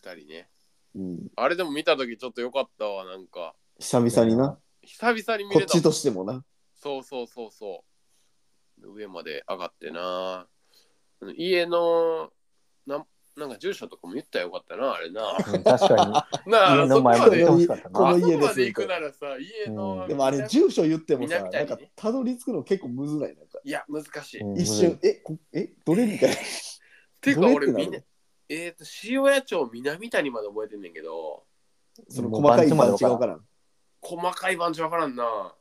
人ね。うん。あれでも見たときちょっと良かったわ、なんか。久々にな。久々に見これったもん。ちとしてもな。そうそうそうそう。上まで上がってな。家のなんなんか住所とかも言ったらよかったな、あれ な。うん確かなあ、家のそこ前ままでで。行あってこほしかったなのそこ家でまです行くならさ、家の。うんでもあれ、住所言ってもさ、南な谷んねかたどり着くの結構むずない。なんかいや、難 しい。に。一瞬、え、こえ、どれみたいな。ていうか、どれ俺、ってなみるなえっ、と、塩谷町南谷まで覚えてんねんけど、その細かいもう番番地ま地がでわわかからん。細かい番地わからんな。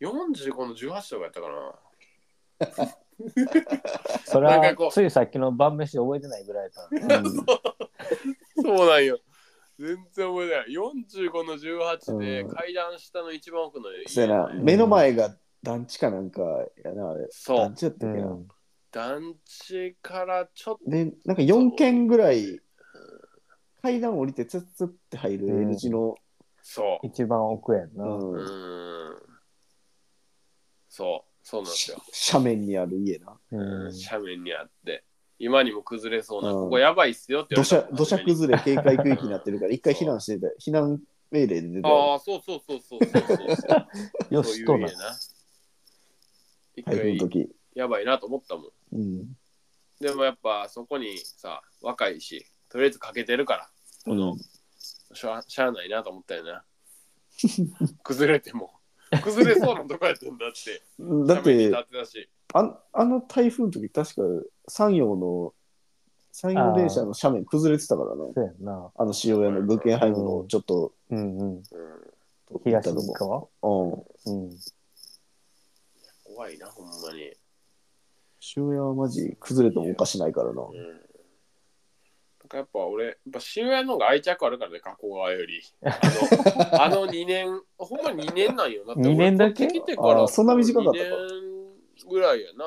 45の18とかやったかな。それはなんかこうついさっきの晩飯覚えてないぐらいだからな。そうなんよ。全然覚えてない。45の18でうん階段下の一番奥の家そやな、ん目の前が団地かなんかやな、あれ。そう団。地やったうっけな。ん。団地からちょっとで、なんか4軒ぐらい階段降りてツッツッって入るうん L 字の。そ一番奥やんな。う。ううんーん。そう。そうなんですよ。斜面にある家な。うん。斜面にあって。今にも崩れそうな、うんここやばいっすよって言土われた砂土砂崩れ警戒区域になって るから、一回避難してた、避難命令で出て、ああ、そうそうそうそうそうそう そう。よそういしうと家な。な。一台風回の時。やばいなと思ったもん。うん。でもやっぱそこにさ、若いし、とりあえず欠けてるから。うんしゃしゃあないなと思ったよな。 崩れて も。崩れそうなとこやったんだって。だっ斜面にて立、ってたし。あんあの台風の時、確か山陽の、山陽電車の斜面崩れてたからな。そうやんな。あの塩屋のブケンハイムのちょっとうんうん。うん、東の三河うん。うん。怖いな、ほんまに。塩屋はマジ崩れてもおかしないからな。うん。なんかやっぱ俺、やっぱ渋谷の方が愛着あるからね、加古川よ り。あのあの2年、ほんま2年なんよ な。二年だけ俺こっち来てからあーそんな短かったか2年ぐらいやな。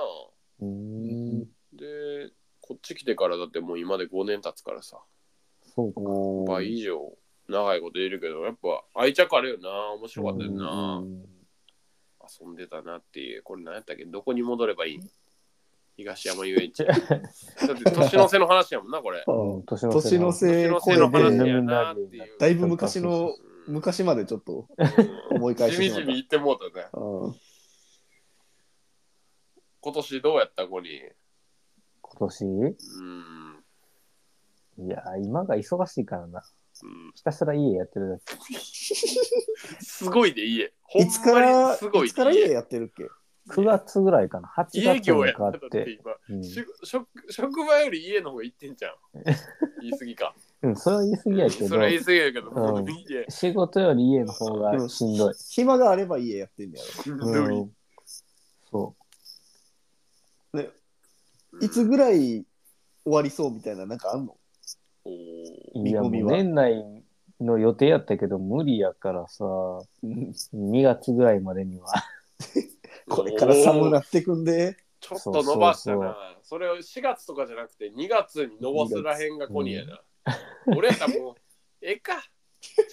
うん。で、こっち来てからだってもう今で5年経つからさ。そうか。おー倍以上長いこといるけどやっぱ愛着あるよな面白かったよなうん遊んでたなっていうこれ何やったっけどこに戻ればいい東山遊園地だって年の瀬の話やもんなこれうん年の年の年瀬のこ瀬れの話で、やなっていうだいぶ昔の、うん昔までちょっと うん思い返ししてみしまっじたみ言ってもうたねうん今年どうやった子に今年うん、うんいや、今が忙しいからな。ひたすら家やってるだけ。すごいで家ほんいつかまら、にすごいいつから家でやってるっけ9月ぐらいかな。8月家業にや変わなっだってて。今うんし職職場より家の方が行ってんじゃん言い過ぎかうん、それは言い過ぎやけそれは言いど、過ぎやけど、うんいいね仕事より家の方がしんどい。暇があれば家やってんだよ。しんどいうん。そいつぐらい終わりそうみたいな、なんかあんのおーう。いや、もう見込みは年内の予定やったけど、無理やからさ、2月ぐらいまでには。 これから寒なってくんで、ちょっと伸ばしたな。それを4月とかじゃなくて2月に伸ばすらへんがコニや な。俺やったらもう、ええか。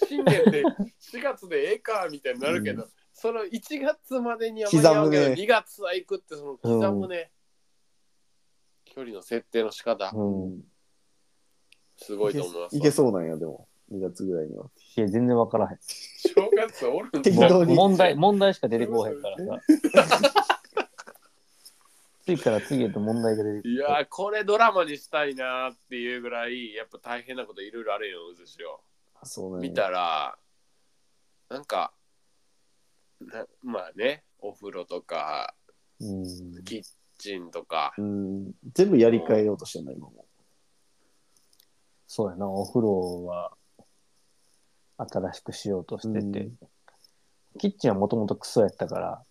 新年で4月でええかみたいになるけど、その1月までには間に合うけど、刻むね2月は行くってその刻むね、距離の設定の仕方、うん。すごいと思います。いけそうなんや、でも。2月ぐらいには。いや、全然わからへん。正月おるんだ適当にもう問題、問題しか出てこうへんからさ。 次から次へと問題が出てくいる。やーこれドラマにしたいなーっていうぐらいやっぱ大変なこといろいろあるようずしよそうだ見ね。たら、なんかなまあねお風呂とかうん。キッチンとかうん。全部やり替えようとしてんだ、今も。そうやな、お風呂は新しくしようとしてて、うんキッチンはもともとクソやったから、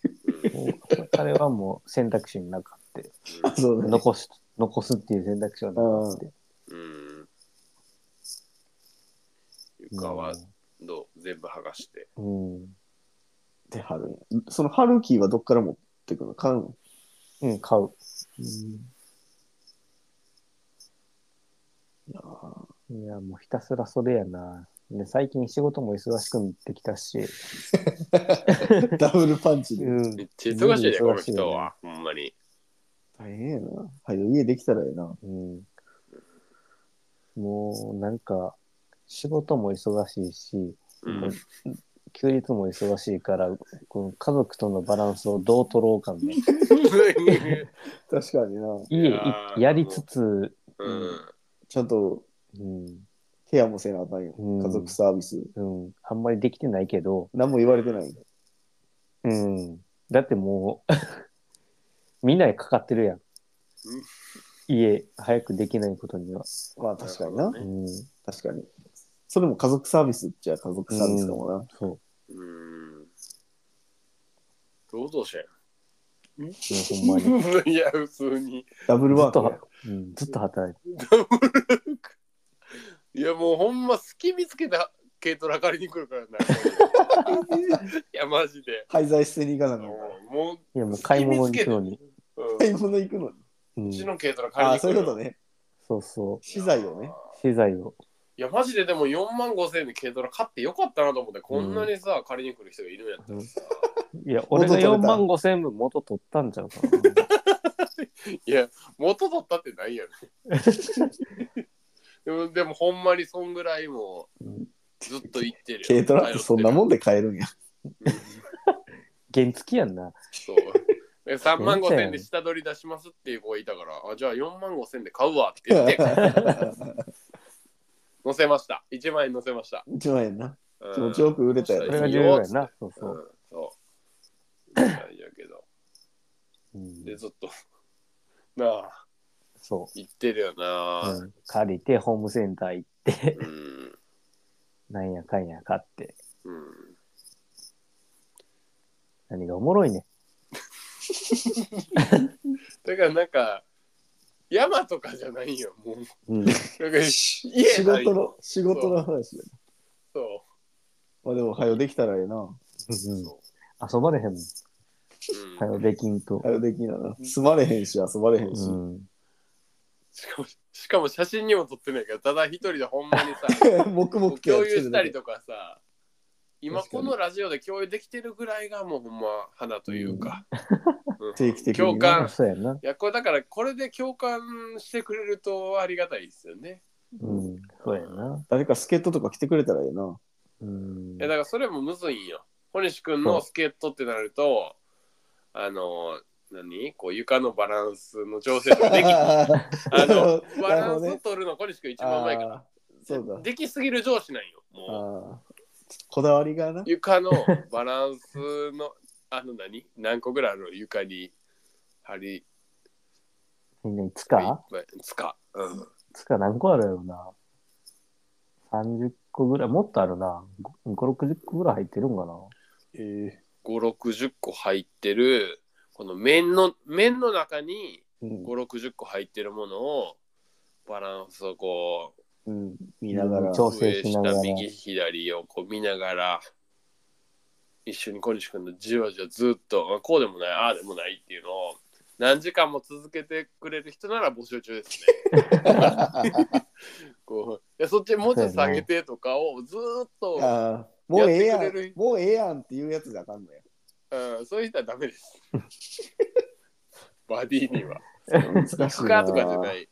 もうあれはもう選択肢になかって、そうだね。残す、残すっていう選択肢はなかった。うん、うん床はどう全部剥がしてうん。うんで、貼るんやその貼るキーはどっから持ってくの買 うのうん、買う。いやーいや、もうひたすらそれやな。で、最近仕事も忙しくなってきたし、ダブルパンチで。うんめっちゃ忙しいねこの忙しいよね人はほんまに大変やな。はい、家できたらええな。うんもうなんか仕事も忙しいしうん休日も忙しいからこの家族とのバランスをどう取ろうかね確かにな。家いやーいやりつつ、うんちゃんとうんケアもせなあかんよ。うん家族サービス。うん、あんまりできてないけど、何も言われてない。うん、だってもう みんなにかかってるやん家早くできないことには、まあ確かにな。ねうん、確かに。それも家族サービスっちゃ家族サービスかもな。そううん労働者やいやほんまに いや普通にダブルずっワーとクはや。、うん、ずっと働いていやもうほんま隙見つけた軽トラ借りに来るから な。いやマジで。廃材捨てに行かなあかんから。もいやもう買い物に行くのに、う、う、買い物行くのに。うん、うんちの軽トラ借りあにあ、来そうるいうことね。そうそう資材をね。資材をいやマジででも4万5千円で軽トラ買ってよかったなと思って、こんなにさ借りに来る人がいるんやったらさ。いや、俺が元取れた4万5千分元取ったんちゃうかな。いや元取ったってないやろ。でもでもほんまにそんぐらいもううんずっと行ってるよ。軽トラってそんなもんで買えるんや。うん原付きやんな。そう。え3万5千で下取り出しますっていう子がいたから、あじゃあ4万5千で買うわって言って、 乗せました。1万円乗せました。 1万円な。うん気持ちよく売れたやそろれがいい重よ要やな。そううそんう。、そう。大事やけど。うんで、ずっと、 なあ、そ行ってるよう、な。うん借りて、ホームセンター行って、うん。なんやかんや買って。うん。何がおもろいね。だからなんか、山とかじゃないよ、もう。うん。なんか、仕家ない事の、仕事の話やな。そまあでも、はよできたらええな。う。遊そばれへんもん。ううんはよできんと。はよできなな。住まれへんし、遊ばれへんし。うん。しかも、しかも写真にも撮ってないけど、ただ一人でほんまに さ、黙々とやっ共てる有したりだとかさ今確かこにのラジオで共有できてるぐらいがもうほんま花というか、うん定期的にね共感そうやな。いやこれだからこれで共感してくれるとありがたいですよね、ううんん。そうやな。誰か助っ人とか来てくれたらええな。うんいや。だからそれもむずいんよ小西君の助っ人ってなるとあの何こう床のバランスの調整とかでき あのバランス取るの小西君一番うまいから、あーそうだ。できすぎる上司なんよもうあーこだわりがな。床のバランスの あの何何個ぐらいある床に張りみんな、ついっかぱいつか、うん、つか何個あるやろな。30個ぐらい、もっとあるな。5、60個ぐらい入ってるんかな。え え560個入ってるこの面の面の中にうん560個入ってるものをバランスをこううん。見ながら。調整上しながら下。右左をこう見ながら一緒に小西君のじわじわずっとあこうでもないああでもないっていうのを何時間も続けてくれる人なら募集中ですね。こういやそっちもうちょっと下げてとかをずーっと、あーもうええややってくれんる。もうええやんっていうやつじゃあかんのや。うん、そういう人はダメ です。バディには。難しいな床とかじゃない。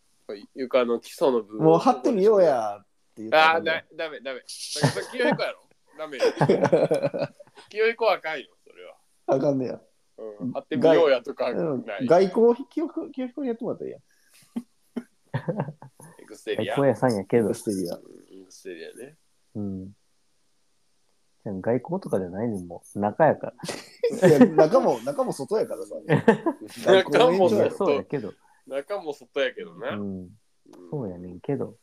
床の基礎の部分。もう貼ってみよう。やって言ったらああかあ、んのやだダメダメ。だから清彦 やろ。ダメよ。清彦はあかんよ、それは。 あかんねや。うん、貼ってみようやとかうんない。外交を記憶、記憶にやってもらったらえエクステリア。小屋さんやけえやどん。、ステリア。うんエクステリアね。うん。じゃあ外交とかじゃないねんもう。中やから。いや 中も、中も外やからさ。中もいそうやそうやけど。中も外やけどうな。ん。そうやねんけど。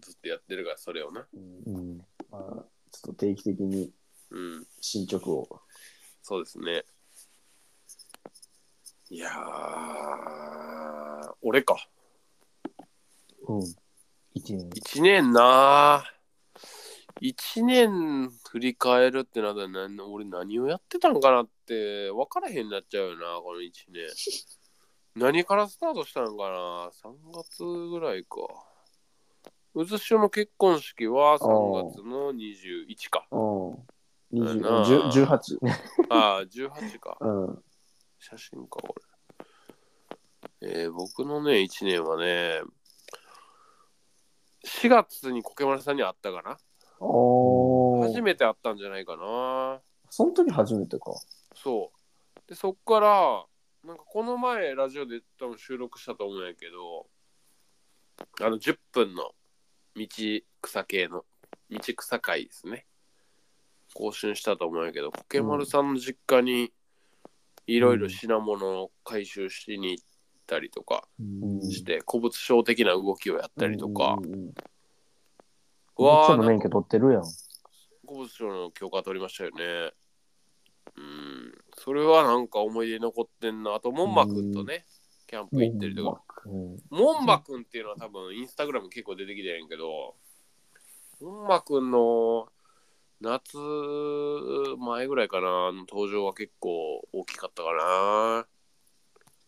ずっとやってるから、それをな。うんうん。まあ、ちょっと定期的にうん。進捗を。そうですね。いやー、俺か。うん。一年。 1年な1年振り返るってなったら何俺何をやってたんかなって分からへんなっちゃうよなこの1年何からスタートしたんかな3月ぐらいか渦潮の結婚式は3月の21かうん。だな20 18。ああ18かうん。写真かこれ、えー僕のね1年はね4月にコケマルさんに会ったかなお初ー。めて会ったんじゃないかなその時初めてか。そうでそっからなんかこの前ラジオで多分収録したと思うんやけどあの10分の道草系の道草会ですね更新したと思うんやけどポケマルさんの実家にいろいろ品物を回収しに行ったりとかんして、古物商的な動きをやったりとか、うんうんうんうこっわちーもなん免か許取ってるやん。古物商の許可取りましたよね。うん、それはなんか思い出に残ってんな。あと、門馬くんとね、キャンプ行ったりとか。うん。門馬くんっていうのは多分、インスタグラム結構出てきてんけど、門馬くんの夏前ぐらいかな、の登場は結構大きかったかな。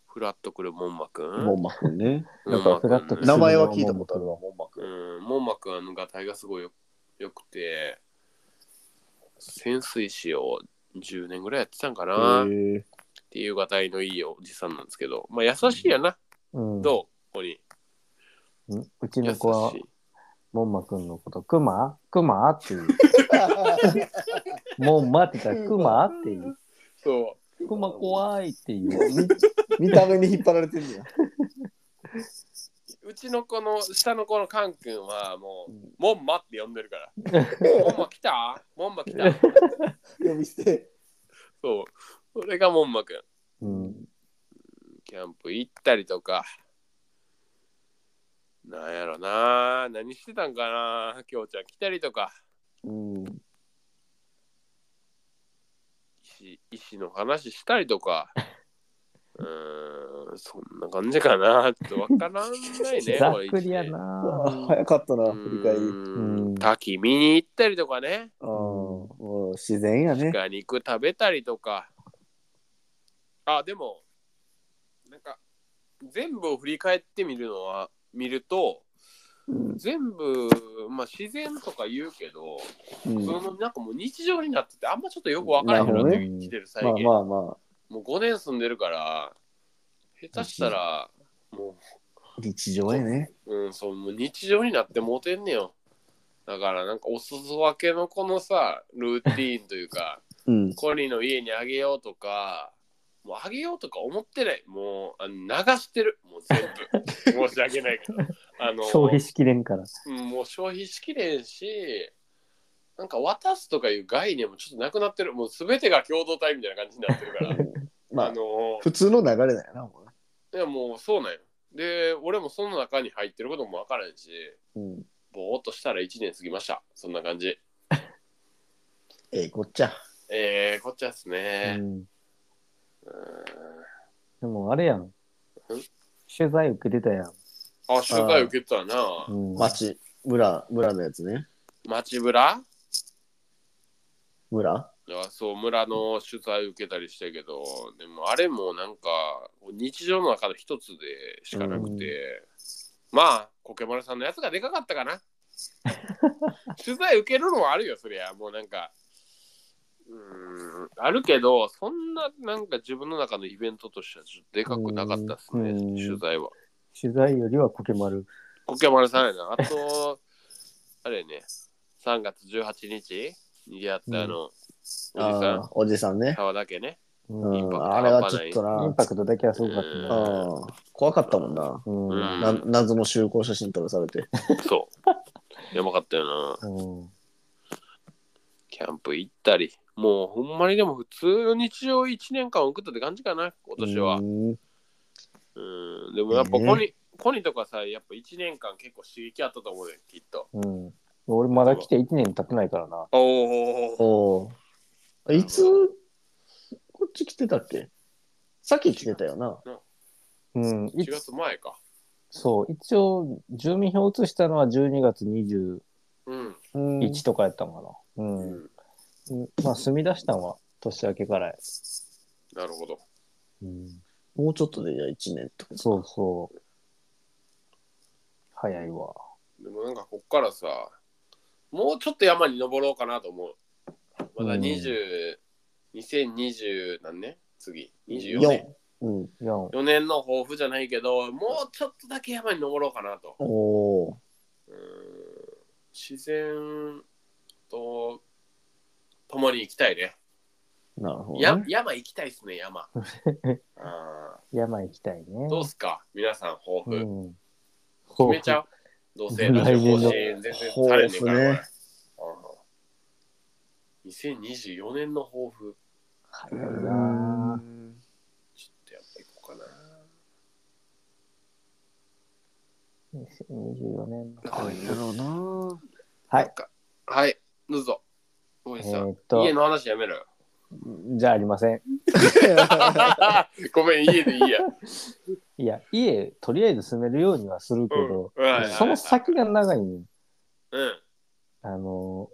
フラッとくる門馬くん。門馬くんね。なんかフラッとくる名前は聞いたことあるわ、門馬くん。うん、門馬くんが体がすごいよよくて、潜水士を10年ぐらいやってたんかな、っへえ。ていうがたいのいいおじさんなんですけど、まあ優しいやな、うん、どうここに。うんうち優のし。子はい門馬くんのこと、クマクマっていう。門馬って言ったら、クマっていう。そクマ怖いっていう。 見た目に引っ張られてるう。やん。うちの子の下の子のカン君はもううん、門馬って呼んでるから。門馬来た門馬来た呼び捨て。そう。それが門馬くん。うん。キャンプ行ったりとか。なんやろな何してたんかなきょうちゃん来たりとか。うん。医師医師の話したりと かうーんそんな感じかなちょっとわからんないねざっこれくりやなあー早かったな、一振年り返り。ううんーうんん滝見に行ったりとかねもう自然やね。鹿肉食べたりとかあでもなんか全部を振り返ってみるのは見るとうん。全部、まあ、自然とか言うけど、うんそのなんかもう日常になっててあんまちょっとよくわからへんようになってきてる最ま近あ、まあまもう5年住んでるから、下手したら、もあ、日常やね。う、うん、そう、もう日常になってもうてんねよ。だから、なんか、お裾分けのこのさ、ルーティーンというか、うん。コリの家にあげようとか、もうあげようとか思ってない。もう、あの流してる。もう全部。申 し訳ないけど。あの、消費しきれんから。うんもう消費しきれんし、なんか渡すとかいう概念もちょっとなくなってる。もう全てが共同体みたいな感じになってるから。 まああ、の普通の流れだよな、もいやもうそうなんよ。で、俺もその中に入ってることも分からんし、うな。うん。ぼーっとしたら1年過ぎました。そんな感じ。ええ、こっちゃ。えー、こっちゃですうね。んうでもあれやん。取材受けてたやん。ーんあ、取材受けてたな。うん町、村、村のやつね。町村村あそう、村の取材受けたりしたけど、でもあれもなんか、日常の中の一つでしかなくて、まあ、コケマルさんのやつがでかかった かな。取材受けるのはあるよ、そりゃ。もうなんか、うーん、あるけど、そんななんか自分の中のイベントとしてはちょっとでかくなかったですね、うん取材は。取材よりはコケマル。コケマルさんやな。あと、 あれやね、3月18日に出会ったあの、おじあさんあ、おじさんね。川田家ね。ううんイインパクん。トあれはちょっとンな、パクトだけはすごかったうな。うん。怖かったもんな。うんうんな謎の集合写真撮らされて。そやばかったよな。うん。キャンプ行ったり。もうほんまにでも普通の日常1年間送ったって感じかな、今年はう。ん。うん。でもやっぱコニ、コニとかさ、やっぱ1年間結構刺激あったと思うね、きっと。うん。俺まだ来て1年経ってないからな。おお。おお。いつ、こっち来てたっけさっき来てたよな。うん。い1月前か。そう。一応、住民票移したのは12月21うん。うんとかやったんかな。う。うんうんまあ、住み出したんは年明けからや。なるほど。うん。もうちょっとでじゃあ1年ってことそうそう。早いわ。でもなんかこっからさ、もうちょっと山に登ろうかなと思う。まだ20、2020何年次 ?24 年。 4。うん。いや、う4年の抱負じゃないけど、もうちょっとだけ山に登ろうかなと。おおうーん自然と共に行きたいね。ー。なるほど、やね。山行きたいです ね、山。あ山行きたいねー。どうすか、皆さん、抱負。ん。決ほめちゃうどうせ、来ラジ年のオ更新全然されねえから。抱負ねこれうん2024年の抱負、早ういんなちょっとやっぱ行こうかな。ぁ。2024年の。なんやろうな。はい。はい、どうぞ。大え西さんーっと家、の話やめろよ。 じゃあありません。ごめん、家でい いや。いや、家、とりあえず住めるようにはするけど、うんはいはいはいその先が長いね。うん。あの、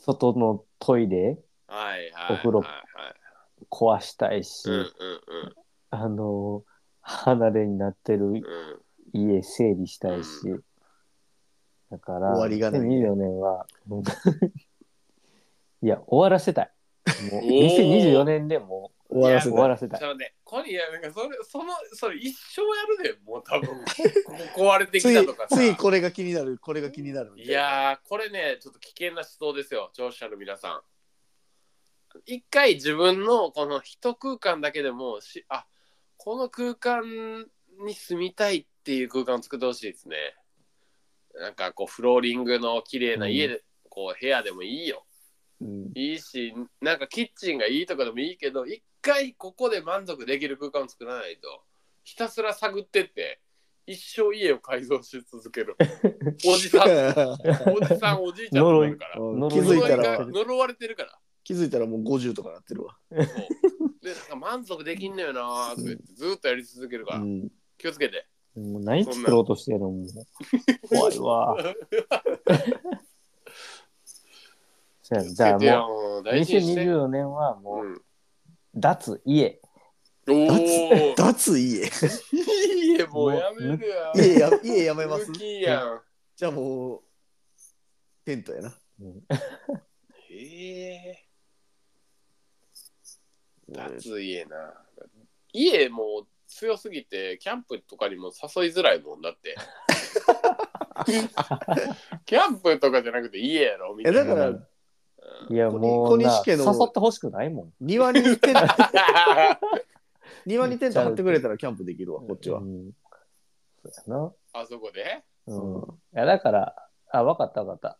外のトイレはいはい。お風呂はいはい。壊したいし、うんうんあの、離れになってるうんうん。家整理したいし、うだから、終わりがないね2024年は、もう いや、終わらせたい。 もうおー2024年でも 終わらせ終たいわらせたいち。ょっとね、コニーはなんかそれ、その、それ一生やるで、もう多 分。ここ壊れてきつたいとか、さ。ついこれが気になる、これが気になるみたいいな。やー、これね、ちょっと危険な思想ですよ、聴取者の皆さん。一回自分のこの一空間だけでもし、あこの空間に住みたいっていう空間を作ってほしいですね。なんかこう、フローリングの綺麗な家で、こう、部屋でもいいよ。うんいいし、なんかキッチンがいいとかでもいいけど、一回ここで満足できる空間を作らないと、ひたすら探ってって、一生家を改造し続け る。おじさん、おじさん、おじいちゃんになるから。呪気づいたら呪が呪われてるから。気づいたらもう50とかなってるわ。そうで、なんか満足できんのよなーとか言ってずーっとやり続けるから、うん気をつけて。もう何作ろうとしてるの もう。怖いわ。そうや気をつじゃあけてもよう、大事にして。 2024年はもう、うん、脱家。おー脱家。いいえ、もうやめるやん。家や家やめます好。きやん。じゃあもう、テントやな。へえ。暑い家な。家もう強すぎて、キャンプとかにも誘いづらいもん だって。キャンプとかじゃなくて家やろみたえいな。だから、いや、こにもうな、小西誘家ってのほしくないもん。庭にテ ント、うん庭にテント張ってくれたらキャンプできるわ、こっちはう。んそうやな。あそこでうん。いや、だから、あ、わかったわかった。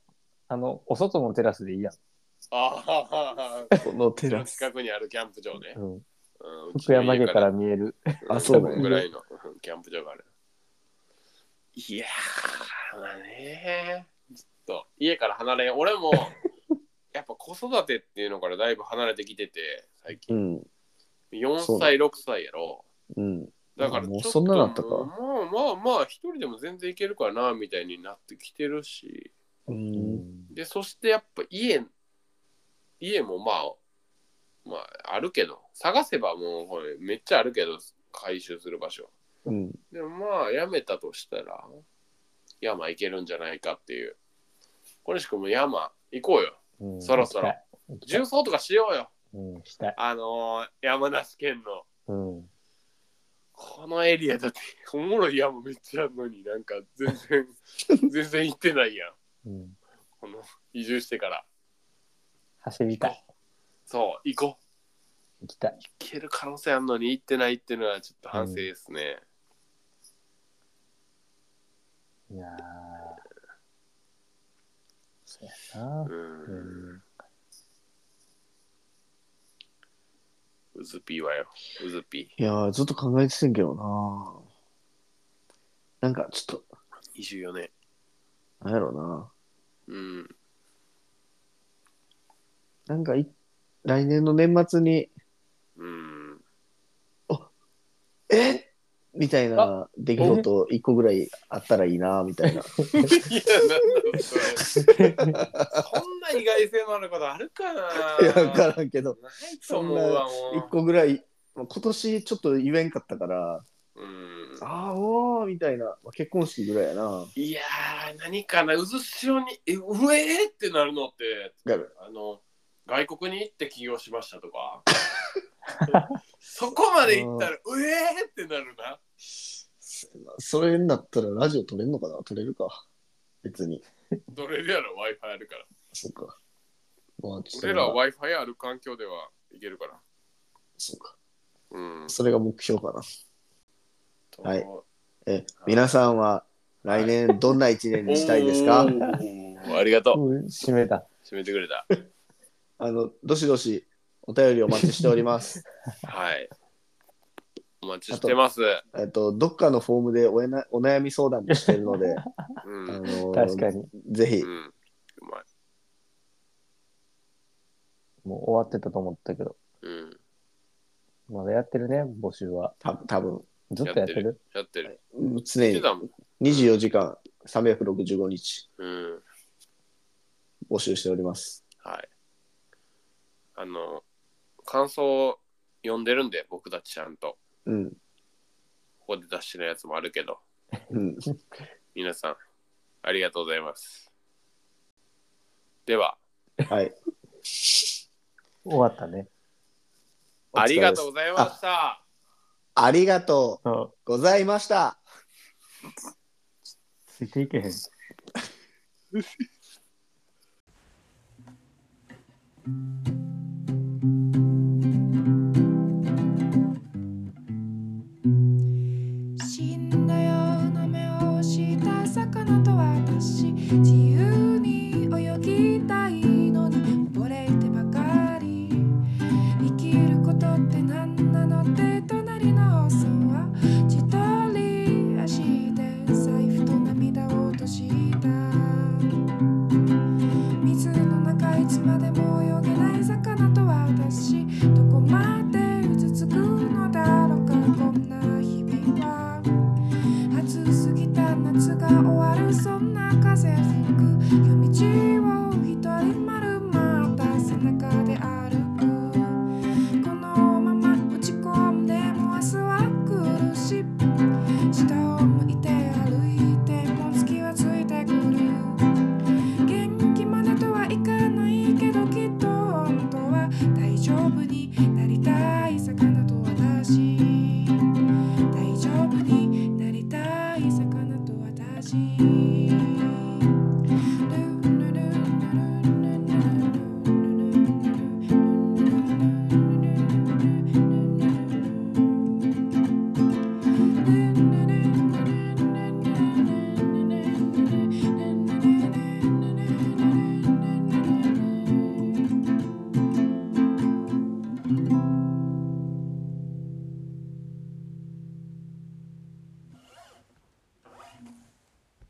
あの、お外のテラスでいいやん。ああ、このテ近ラス。くにあるキャンプ場ね。うん、うん福山家から。見える。あそうななんやぐらいのうんキャンプ場がある。いやー、まあねちょっと家から離れん、俺もやっぱ子育てっていうのからだいぶ離れてきてて、最う近。ん。 4そう歳、6歳やろ。うん。だからあちもょうっとそんななったかもうまあまあまあ、一人でも全然いけるかな、みたいになってきてるし。うん。で、そしてやっぱ家、家もまあ、まあ、あるけど、探せばもうこれめっちゃあるけど、回収する場所。うん。でもまあ、やめたとしたら、山行けるんじゃないかっていう。小西君も山行こうよ。うんそろそろ。行きたい重曹とかしようよ。うん、したい。あのー山梨県の。うん。このエリアだって、おもろい山めっちゃあるのになんか全 然、全然行ってないやん。うん、この移住してから。走りたい。そう、行こう。行きたい。行ける可能性あるのに行ってないっていうのはちょっと反省ですね。いやーそうやな。うん。うずぴーはよ。うずぴいやー、ずっと考えててんけどな。なんか、ちょっー。24年。と、なんやろうな。うん。なんかい、来年の年末に、うん。 えみたいな出来事を一個ぐらいあったらいいな、み たいな。いや、なんだそれ。そんな意外性のあることあるかな。いや、わからんけど、ないと思うわ、一も個ぐらい、まあ今年ちょっと言えんかったから、う。うん。ああ、おーみたいな、まあ結婚式ぐらいやな。いやー、何かな、うずしろに、え、うえーってなるのって、なるあの、外国に行って起業しましたとか。 そこまで行ったら、うえーってなるな。それになったらラジオ撮れんのかな撮れるか。別に。どれでやろ、Wi-Fi あるから。そうか。まあ、ちょっと俺らは Wi-Fi ある環境ではいけるから。そうか。うん。それが目標かな。はいおえ、皆さんは来年どんな一年ーにしたいですか、ありがとう。うん締めだ。締めてくれた。あの、どしどしお便りお待ちしております。 はい。お待ちしてます。えっと、どっかのフォームでおやなお悩み相談もしてるので、うあん。の確かに。ぜひう、ん。うまい。もう終わってたと思ったけど。うん。まだやってるね、募集は。た多分ずっとやってるやってる。常言ってにたもん。 24時間365日うん。募集しております。はい。あの、感想を読んでるんで、僕たちちゃんと。うん。ここで出してるやつもあるけど、うん。皆さん、ありがとうございます。では、はい。終わったね。お疲あれり様がですとうございました。ありがとうあございました。ついていけへん。死んだような目をした魚と私自由に泳ぎたいのに溺れてばかり生きることって何なのって隣のおっさんは自撮り足で財布と涙を落とした水の中いつまでも泳げない魚と私どこまでうつつくのだろうかこんな日々は暑すぎた夏が終わるそんな風吹く夜